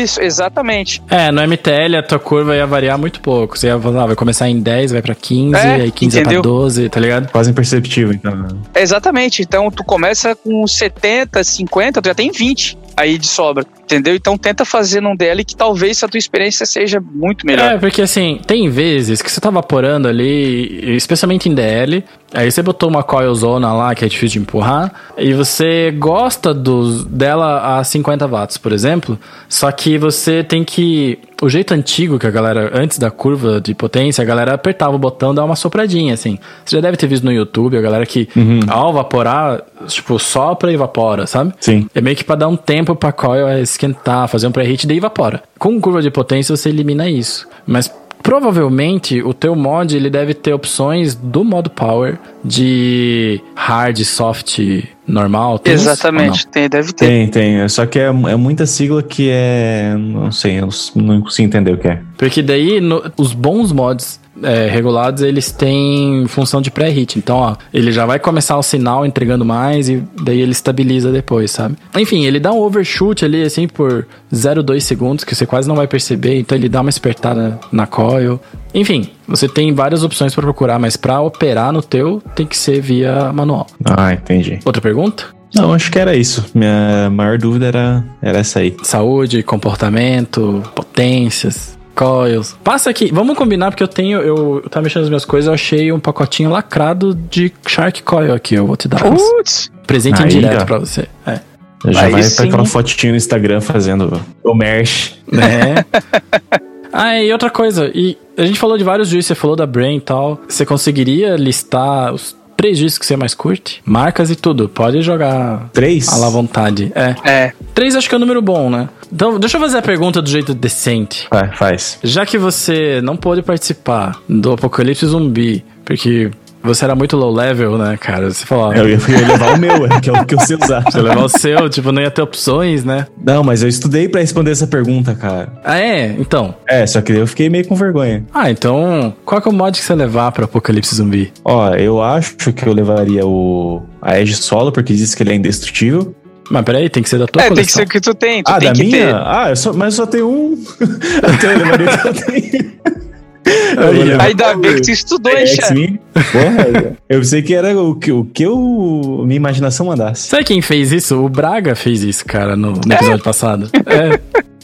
S1: Isso, exatamente.
S4: É, no MTL a tua curva ia variar muito pouco. Você ia, lá, vai começar em 10, vai pra 15,
S1: É,
S4: aí 15 vai pra
S1: entendeu?
S4: 12, tá ligado?
S2: Quase imperceptível, então. né?
S1: Exatamente. Então tu começa com 70, 50, tu já tem 20 aí de sobra, entendeu? Então tenta fazer num DL que talvez a tua experiência seja muito melhor.
S4: É, porque assim, tem vezes que você tá vaporando ali, especialmente em DL, aí você botou uma coil zona lá que é difícil de empurrar, e você gosta dos, dela a 50 watts, por exemplo, só que você tem que. O jeito antigo que a galera, antes da curva de potência, a galera apertava o botão e dava uma sopradinha, assim. Você já deve ter visto no YouTube a galera que, ao evaporar, tipo, sopra e evapora, sabe?
S2: Sim.
S4: É meio que pra dar um tempo pra coil esquentar, fazer um pré-hit, daí evapora. Com curva de potência você elimina isso. Mas provavelmente o teu mod ele deve ter opções do modo power de hard, soft, normal. tem isso ou
S1: Exatamente, tem, deve ter.
S2: Tem, tem. Só que é, é muita sigla que é. Não sei, eu s- não consigo entender o que é.
S4: não? Porque daí no- os bons mods é, regulados eles têm função de pré-hit. Então, ó, ele já vai começar o sinal entregando mais e daí ele estabiliza depois, sabe? Enfim, ele dá um overshoot ali assim por 0,2 segundos que você quase não vai perceber. Então, ele dá uma espertada na coil. Enfim, você tem várias opções pra procurar, mas pra operar no teu tem que ser via manual.
S2: Ah, entendi.
S4: Outra pergunta?
S2: Não, acho que era isso. Minha maior dúvida era, era essa aí.
S4: saúde, comportamento, potências, coils. Passa aqui, vamos combinar porque eu tenho, eu, eu tava mexendo nas minhas coisas, eu achei um pacotinho lacrado de Shark Coil aqui, eu vou te dar um
S1: Putz,
S4: presente
S2: Uh! Aí,
S4: indireto
S2: ó.
S4: pra você. É.
S2: Já
S1: Aí
S2: vai
S1: sim.
S2: pra aquela fotinha no Instagram fazendo o merch.
S4: Né? ah, e outra coisa, e a gente falou de vários juízes, você falou da Brain e tal. Você conseguiria listar os três juízes que você mais curte? Marcas e tudo, pode jogar
S2: Três?
S1: Ah,
S4: à la vontade. É.
S1: é.
S4: Três acho que é um número bom, né? Então, deixa eu fazer a pergunta do jeito decente.
S2: Vai, faz.
S4: Já que você não pôde participar do Apocalipse Zumbi, porque Você era muito low level, né, cara? Você falou, ó,
S2: Eu ia, eu ia levar o meu, é, que é o que eu sei usar.
S4: se eu levar o seu, tipo, não ia ter opções, né?
S2: Não, mas eu estudei pra responder essa pergunta, cara.
S4: Ah, é? Então.
S2: É, só que eu fiquei meio com vergonha.
S4: Ah, então, qual que é o mod que você levar pra Apocalipse Zumbi?
S2: Ó, eu acho que eu levaria o a Edge Solo, porque diz que ele é indestrutível.
S4: Mas peraí, tem que ser da tua
S1: É, tem que ser
S4: coleção.
S1: o que tu tem. Tu
S2: ah,
S1: tem
S2: da
S1: que
S2: minha?
S1: ter.
S2: Ah, eu só, mas eu só tenho um. então eu levaria o que eu tenho. Eu vou levar
S1: Ainda bem que tu estudou,
S4: É,
S1: hein, chefe?
S2: X-Men. Porra, eu pensei que era o que, o que eu, minha imaginação mandasse.
S4: Sabe quem fez isso? O Braga fez isso, cara, no, no episódio passado. É.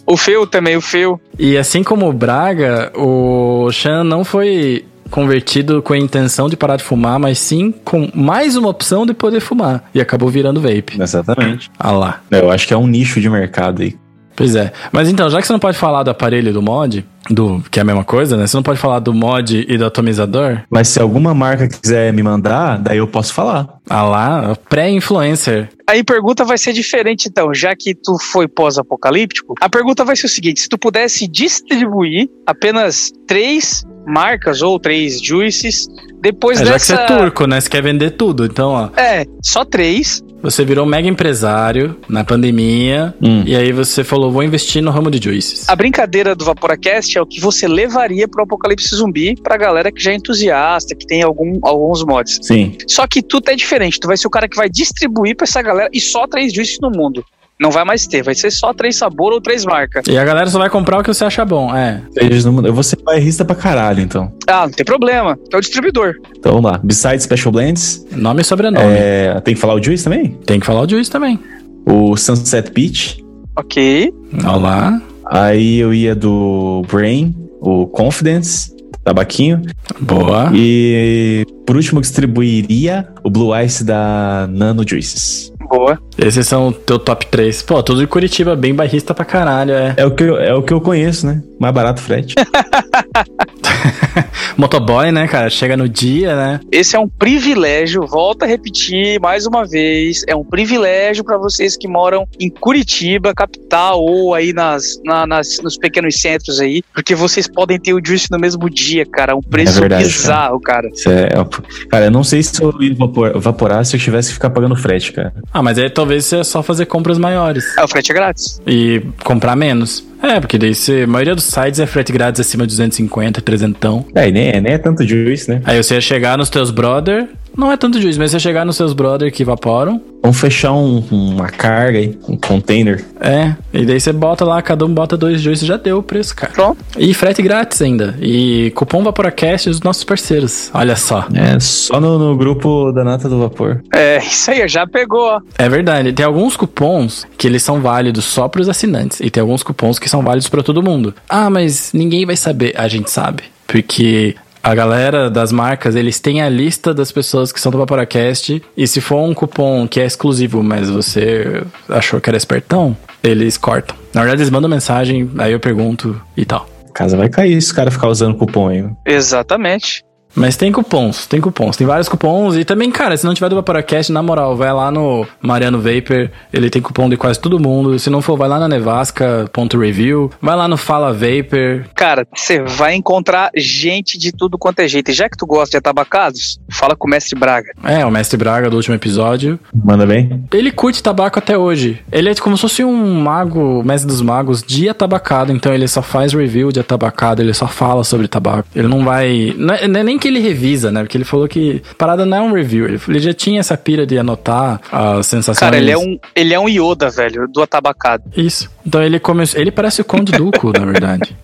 S1: O Feu também, o Feu.
S4: E assim como o Braga, o Chan não foi convertido com a intenção de parar de fumar, mas sim com mais uma opção de poder fumar. E acabou virando vape.
S1: É.
S2: Exatamente.
S4: Ah lá.
S2: Eu acho que é um nicho de mercado aí.
S4: Pois é. Mas então, já que você não pode falar do aparelho e do mod, do que é a mesma coisa, né? Você não pode falar do mod e do atomizador,
S2: Mas se alguma marca quiser me mandar, daí eu posso falar.
S4: ah lá, pré-influencer.
S1: Aí a pergunta vai ser diferente, então, já que tu foi pós-apocalíptico. A pergunta vai ser o seguinte: se tu pudesse distribuir apenas três marcas ou três juices, depois
S4: É, já que
S1: dessa.
S4: você é turco, né? Você quer vender tudo. Então, ó,
S1: É, só três.
S4: você virou mega empresário na pandemia,
S2: Hum.
S4: e aí você falou, vou investir no ramo de juices.
S1: A brincadeira do Vaporacast é o que você levaria pro apocalipse zumbi pra galera que já é entusiasta, que tem algum, alguns mods.
S2: Sim.
S1: Só que tu tá diferente, tu vai ser o cara que vai distribuir pra essa galera e só três juices no mundo. Não vai mais ter, vai ser só três sabor ou três marcas.
S4: E a galera só vai comprar o que você acha bom, é.
S2: Eu vou ser bairrista pra caralho, então.
S1: Ah, não tem problema, tu é o distribuidor.
S2: Então vamos lá. Besides Special Blends,
S4: Nome e sobrenome.
S2: é, tem que falar o Juice também?
S4: Tem que falar o juiz também.
S2: O Sunset Peach.
S1: Ok.
S4: Olá.
S2: Aí eu ia do Brain, o Confidence, Tabaquinho.
S4: Boa.
S2: E por último eu distribuiria o Blue Ice da Nano Juices.
S1: Boa.
S4: Esses são o teu top 3. Pô, tudo de Curitiba, bem barrista pra caralho, é.
S2: É o que eu, é o que eu conheço, né? Mais barato o frete.
S4: Motoboy, né, cara? Chega no dia, né?
S1: Esse é um privilégio, volto a repetir mais uma vez, é um privilégio para vocês que moram em Curitiba, capital, ou aí nas, na- nas- nos pequenos centros aí, porque vocês podem ter o juice no mesmo dia, cara, um preço
S2: verdade,
S1: bizarro, cara.
S2: Isso é- é- cara, eu não sei se eu ia evapor- evaporar se eu tivesse que ficar pagando frete, cara.
S4: Ah, mas aí talvez seja só fazer compras maiores
S1: Ah, o frete é grátis.
S4: e comprar menos. É, porque daí você, a maioria dos sites é frete grátis acima de 250, 300.
S2: É, e nem, é- nem é tanto juice, né?
S4: Aí você ia chegar nos teus brother, não é tanto juiz, mas você ia chegar nos seus brother que evaporam.
S2: Vamos fechar um- uma carga aí, um container.
S4: É, e daí você bota lá, cada um bota dois juices, já deu o preço, cara.
S1: Pronto.
S4: E frete grátis ainda. E cupom Vaporacast dos nossos parceiros. Olha só.
S2: É, só no, no grupo da Nata do Vapor.
S1: É, isso aí, já pegou, ó.
S4: É verdade. Tem alguns cupons que eles são válidos só para os assinantes. E tem alguns cupons que são válidos para todo mundo. Ah, mas ninguém vai saber. A gente sabe. Porque a galera das marcas, eles têm a lista das pessoas que são do Vaporacast. E se for um cupom que é exclusivo, mas você achou que era espertão, eles cortam. Na verdade, eles mandam mensagem, aí eu pergunto e tal.
S2: Casa vai cair se o cara ficar usando cupom aí.
S1: Exatamente.
S4: Mas tem cupons, tem cupons, tem vários cupons. E também, cara, se não tiver do Vaporacast, na moral, vai lá no Mariano Vapor, ele tem cupom de quase todo mundo. Se não for, vai lá na nevasca.review, vai lá no Fala Vapor.
S1: Cara, você vai encontrar gente de tudo quanto é jeito. E já que tu gosta de atabacados, fala com o mestre Braga.
S4: É, o Mestre Braga do último episódio.
S2: Manda bem?
S4: Ele curte tabaco até hoje. Ele é como se fosse um mago, mestre dos magos, de atabacado. Então ele só faz review de atabacado, ele só fala sobre tabaco. Ele não vai. Não é, não é nem que ele revisa, né? Porque ele falou que a parada não é um review. Ele, ele já tinha essa pira de anotar as sensações.
S1: Cara, ele é, um, ele é um Yoda, velho, do atabacado.
S4: Isso. Então ele começou. Ele parece o Conde Duco, na verdade.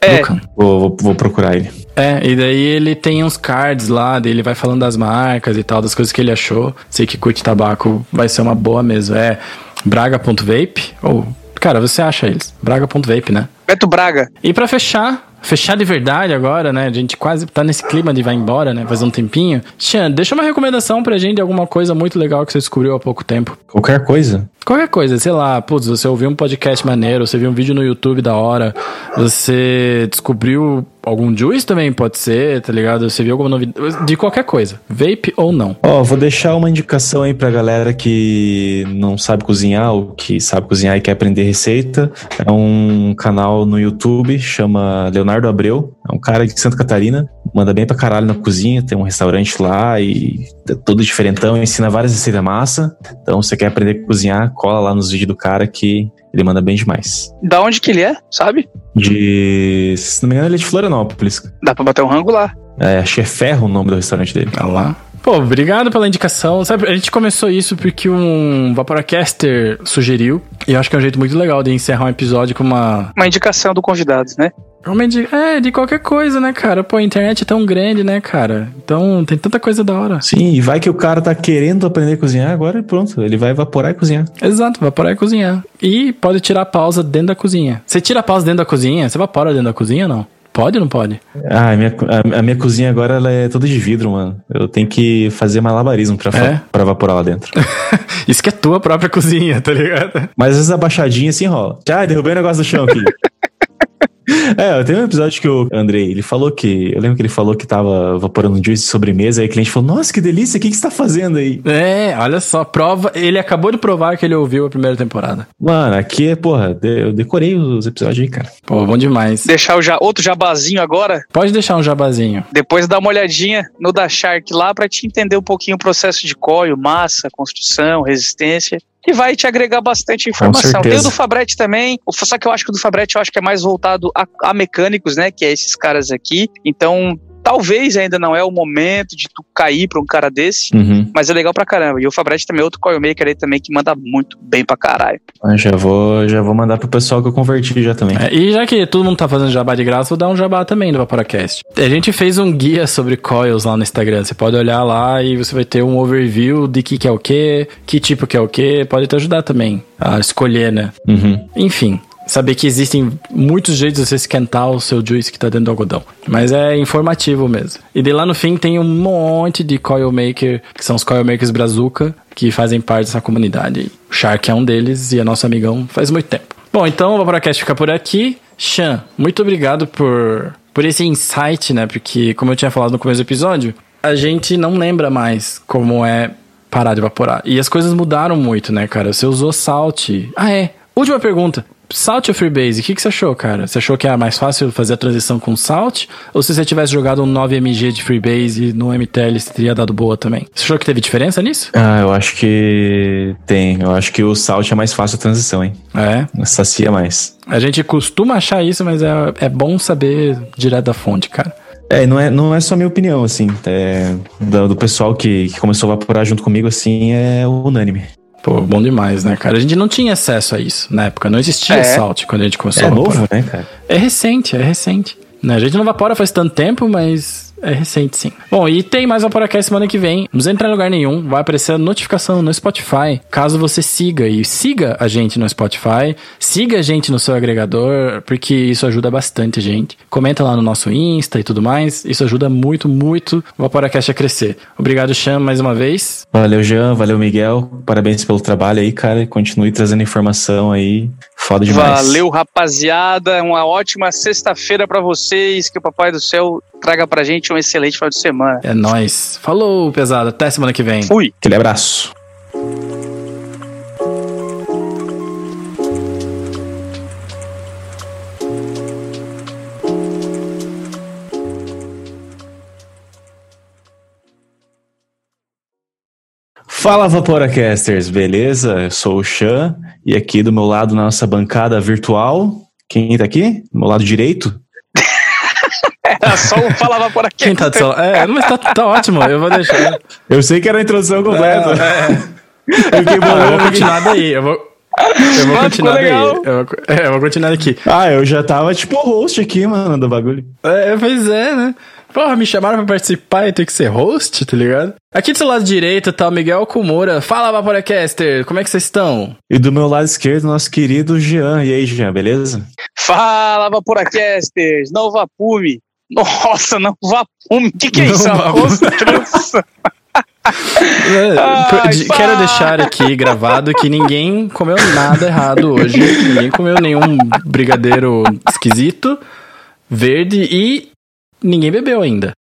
S1: É.
S4: Dukan.
S2: Vou, vou, vou procurar ele.
S4: É, e daí ele tem uns cards lá, daí ele vai falando das marcas e tal, das coisas que ele achou. Sei que curte tabaco, vai ser uma boa mesmo. É braga.vape ou cara, você acha eles? braga.vape, né?
S1: Beto Braga.
S4: E pra fechar, fechar de verdade agora, né? A gente quase tá nesse clima de vai embora, né? Faz um tempinho. Xan, deixa uma recomendação pra gente de alguma coisa muito legal que você descobriu há pouco tempo.
S2: Qualquer coisa.
S4: Qualquer coisa, sei lá, putz, você ouviu um podcast maneiro, você viu um vídeo no YouTube da hora, você descobriu algum juice também, pode ser, tá ligado? Você viu alguma novidade, de qualquer coisa, vape ou não.
S2: Ó, vou deixar uma indicação aí pra galera que não sabe cozinhar ou que sabe cozinhar e quer aprender receita. É um canal no YouTube, chama Leonardo Abreu. É um cara de Santa Catarina. manda bem pra caralho na cozinha, tem um restaurante lá e é todo diferentão, ensina várias receitas massa. Então, se você quer aprender a cozinhar, cola lá nos vídeos do cara que ele manda bem demais.
S1: Da onde que ele é, sabe?
S2: De. Se não me engano, ele é de Florianópolis.
S1: Dá pra bater um rango lá.
S2: É, achei ferro o nome do restaurante dele.
S4: Ah lá. Pô, obrigado pela indicação. Sabe, a gente começou isso porque um Vaporacaster sugeriu. E eu acho que é um jeito muito legal de encerrar um episódio com uma.
S1: Uma indicação do convidado, né?
S4: uma indi- É, de qualquer coisa, né, cara? Pô, a internet é tão grande, né, cara? Então tem tanta coisa da hora.
S2: Sim, e vai que o cara tá querendo aprender a cozinhar agora e pronto, ele vai evaporar e cozinhar.
S4: Exato, vaporar e cozinhar. E pode tirar a pausa dentro da cozinha. Você tira a pausa dentro da cozinha? Você evapora dentro da cozinha ou não? Pode ou não pode?
S2: Ah, a minha, co- a, a minha cozinha agora ela é toda de vidro, mano. Eu tenho que fazer malabarismo pra, fa-
S4: É?
S2: pra evaporar lá dentro.
S4: Isso que é tua própria cozinha, tá ligado?
S2: Mas às vezes a baixadinha assim rola. Ah, derrubei o negócio do chão aqui. É, tem um episódio que o Andrei, ele falou que. Eu lembro que ele falou que tava evaporando um juice de sobremesa, aí o cliente falou: Nossa, que delícia, o que, que você tá fazendo aí?
S4: É, olha só, prova. Ele acabou de provar que ele ouviu a primeira temporada.
S2: Mano, aqui é, porra, de- eu decorei os episódios aí, cara.
S4: Pô, bom demais.
S1: Deixar o ja- outro jabazinho agora,
S4: Pode deixar um jabazinho.
S1: depois dá uma olhadinha no da Shark lá pra te entender um pouquinho o processo de coio, massa, construção, resistência. E vai te agregar bastante informação. Tem o
S2: certeza.
S1: do Fabrete também, o- só que eu acho que o do Fabrete eu acho que é mais voltado a, a mecânicos, né? Que é esses caras aqui. Então, talvez ainda não é o momento de tu cair pra um cara desse,
S2: Uhum.
S1: mas é legal pra caramba. E o Fabrete também é outro coil maker aí também que manda muito bem pra caralho.
S2: Ah, Já vou, já vou mandar pro pessoal que eu converti já também.
S4: É, e já que todo mundo tá fazendo jabá de graça, vou dar um jabá também do Vaporacast. A gente fez um guia sobre coils lá no Instagram. Você pode olhar lá e você vai ter um overview de que que é o que, que tipo que é o que. Pode te ajudar também a escolher, né?
S2: Uhum.
S4: Enfim, saber que existem muitos jeitos de você esquentar o seu juice que tá dentro do algodão. Mas é informativo mesmo. E de lá no fim tem um monte de coil maker, que são os coil makers brazuca, que fazem parte dessa comunidade. O Shark é um deles e é nosso amigão faz muito tempo. Bom, então o Vaporacast fica por aqui. Sean, muito obrigado por, por esse insight, né? Porque, como eu tinha falado no começo do episódio, a gente não lembra mais como é parar de evaporar. E as coisas mudaram muito, né, cara? Você usou salt. Ah, é. Última pergunta. Salt ou Freebase? O que, que você achou, cara? Você achou que era mais fácil fazer a transição com Salt? Ou se você tivesse jogado um 9MG de Freebase no MTL, você teria dado boa também? Você achou que teve diferença nisso?
S2: Ah, eu acho que tem. Eu acho que o salt é mais fácil a transição, hein?
S4: É.
S2: Sacia mais.
S4: A gente costuma achar isso, mas é, é bom saber direto da fonte, cara.
S2: É, e não é, não é só minha opinião, assim. É, do, do pessoal que, que começou a evaporar junto comigo, assim, é unânime.
S4: Pô, bom demais, né, cara? A gente não tinha acesso a isso na época. Não existia
S1: É.
S4: Salt quando a gente começou
S2: é
S4: a
S2: novo,
S4: evaporar.
S2: né, cara?
S4: É recente, é recente. Né, A gente não vapora faz tanto tempo, mas é recente sim. Bom, e tem mais Vaporacast semana que vem. Não precisa entrar em lugar nenhum. Vai aparecer a notificação no Spotify, caso você siga. E siga a gente no Spotify, siga a gente no seu agregador, porque isso ajuda bastante a gente. Comenta lá no nosso Insta e tudo mais. Isso ajuda muito, muito o Vaporacast a crescer. Obrigado, Chan, mais uma vez.
S2: Valeu, Jean. Valeu, Miguel. Parabéns pelo trabalho aí, cara. e Continue trazendo informação aí. Foda demais.
S1: Valeu, rapaziada. Uma ótima sexta-feira pra vocês. Que o Papai do Céu traga pra gente um excelente final de semana.
S4: É nóis. Falou, pesado. Até semana que vem.
S1: Fui.
S2: Aquele abraço. Fala Vaporacasters, beleza? Eu sou o Xan e aqui do meu lado na nossa bancada virtual, quem tá aqui? Do meu lado direito?
S1: Era só um Fala Vaporacast.
S4: Quem tá do seu... É, mas tá, tá ótimo. Eu vou deixar.
S2: Eu sei que era a introdução completa. Eu fiquei
S4: Não, eu
S2: bolando
S4: vou
S2: aqui.
S4: continuar daí. Eu vou, eu vou
S1: Mas
S4: continuar
S1: ficou
S4: daí.
S1: legal.
S4: Eu vou, é, eu vou continuar aqui.
S2: Ah, eu já tava tipo host aqui, mano, do bagulho.
S4: É, pois é, né? Porra, me chamaram pra participar e tem que ser host, tá ligado? Aqui do seu lado direito tá o Miguel Kumura. Fala, Vaporacaster, como é que vocês estão?
S2: E do meu lado esquerdo, nosso querido Jean. E aí, Jean, beleza?
S1: Fala Vaporacasters. Não vapume. Nossa, não vapume. O que, que é
S4: Não
S1: isso? É uma
S4: vapume.
S1: construção.
S4: É,
S1: Ai,
S4: de-
S1: pá.
S4: Quero deixar aqui gravado que ninguém comeu nada errado hoje. Ninguém comeu nenhum brigadeiro esquisito, verde e ninguém bebeu ainda.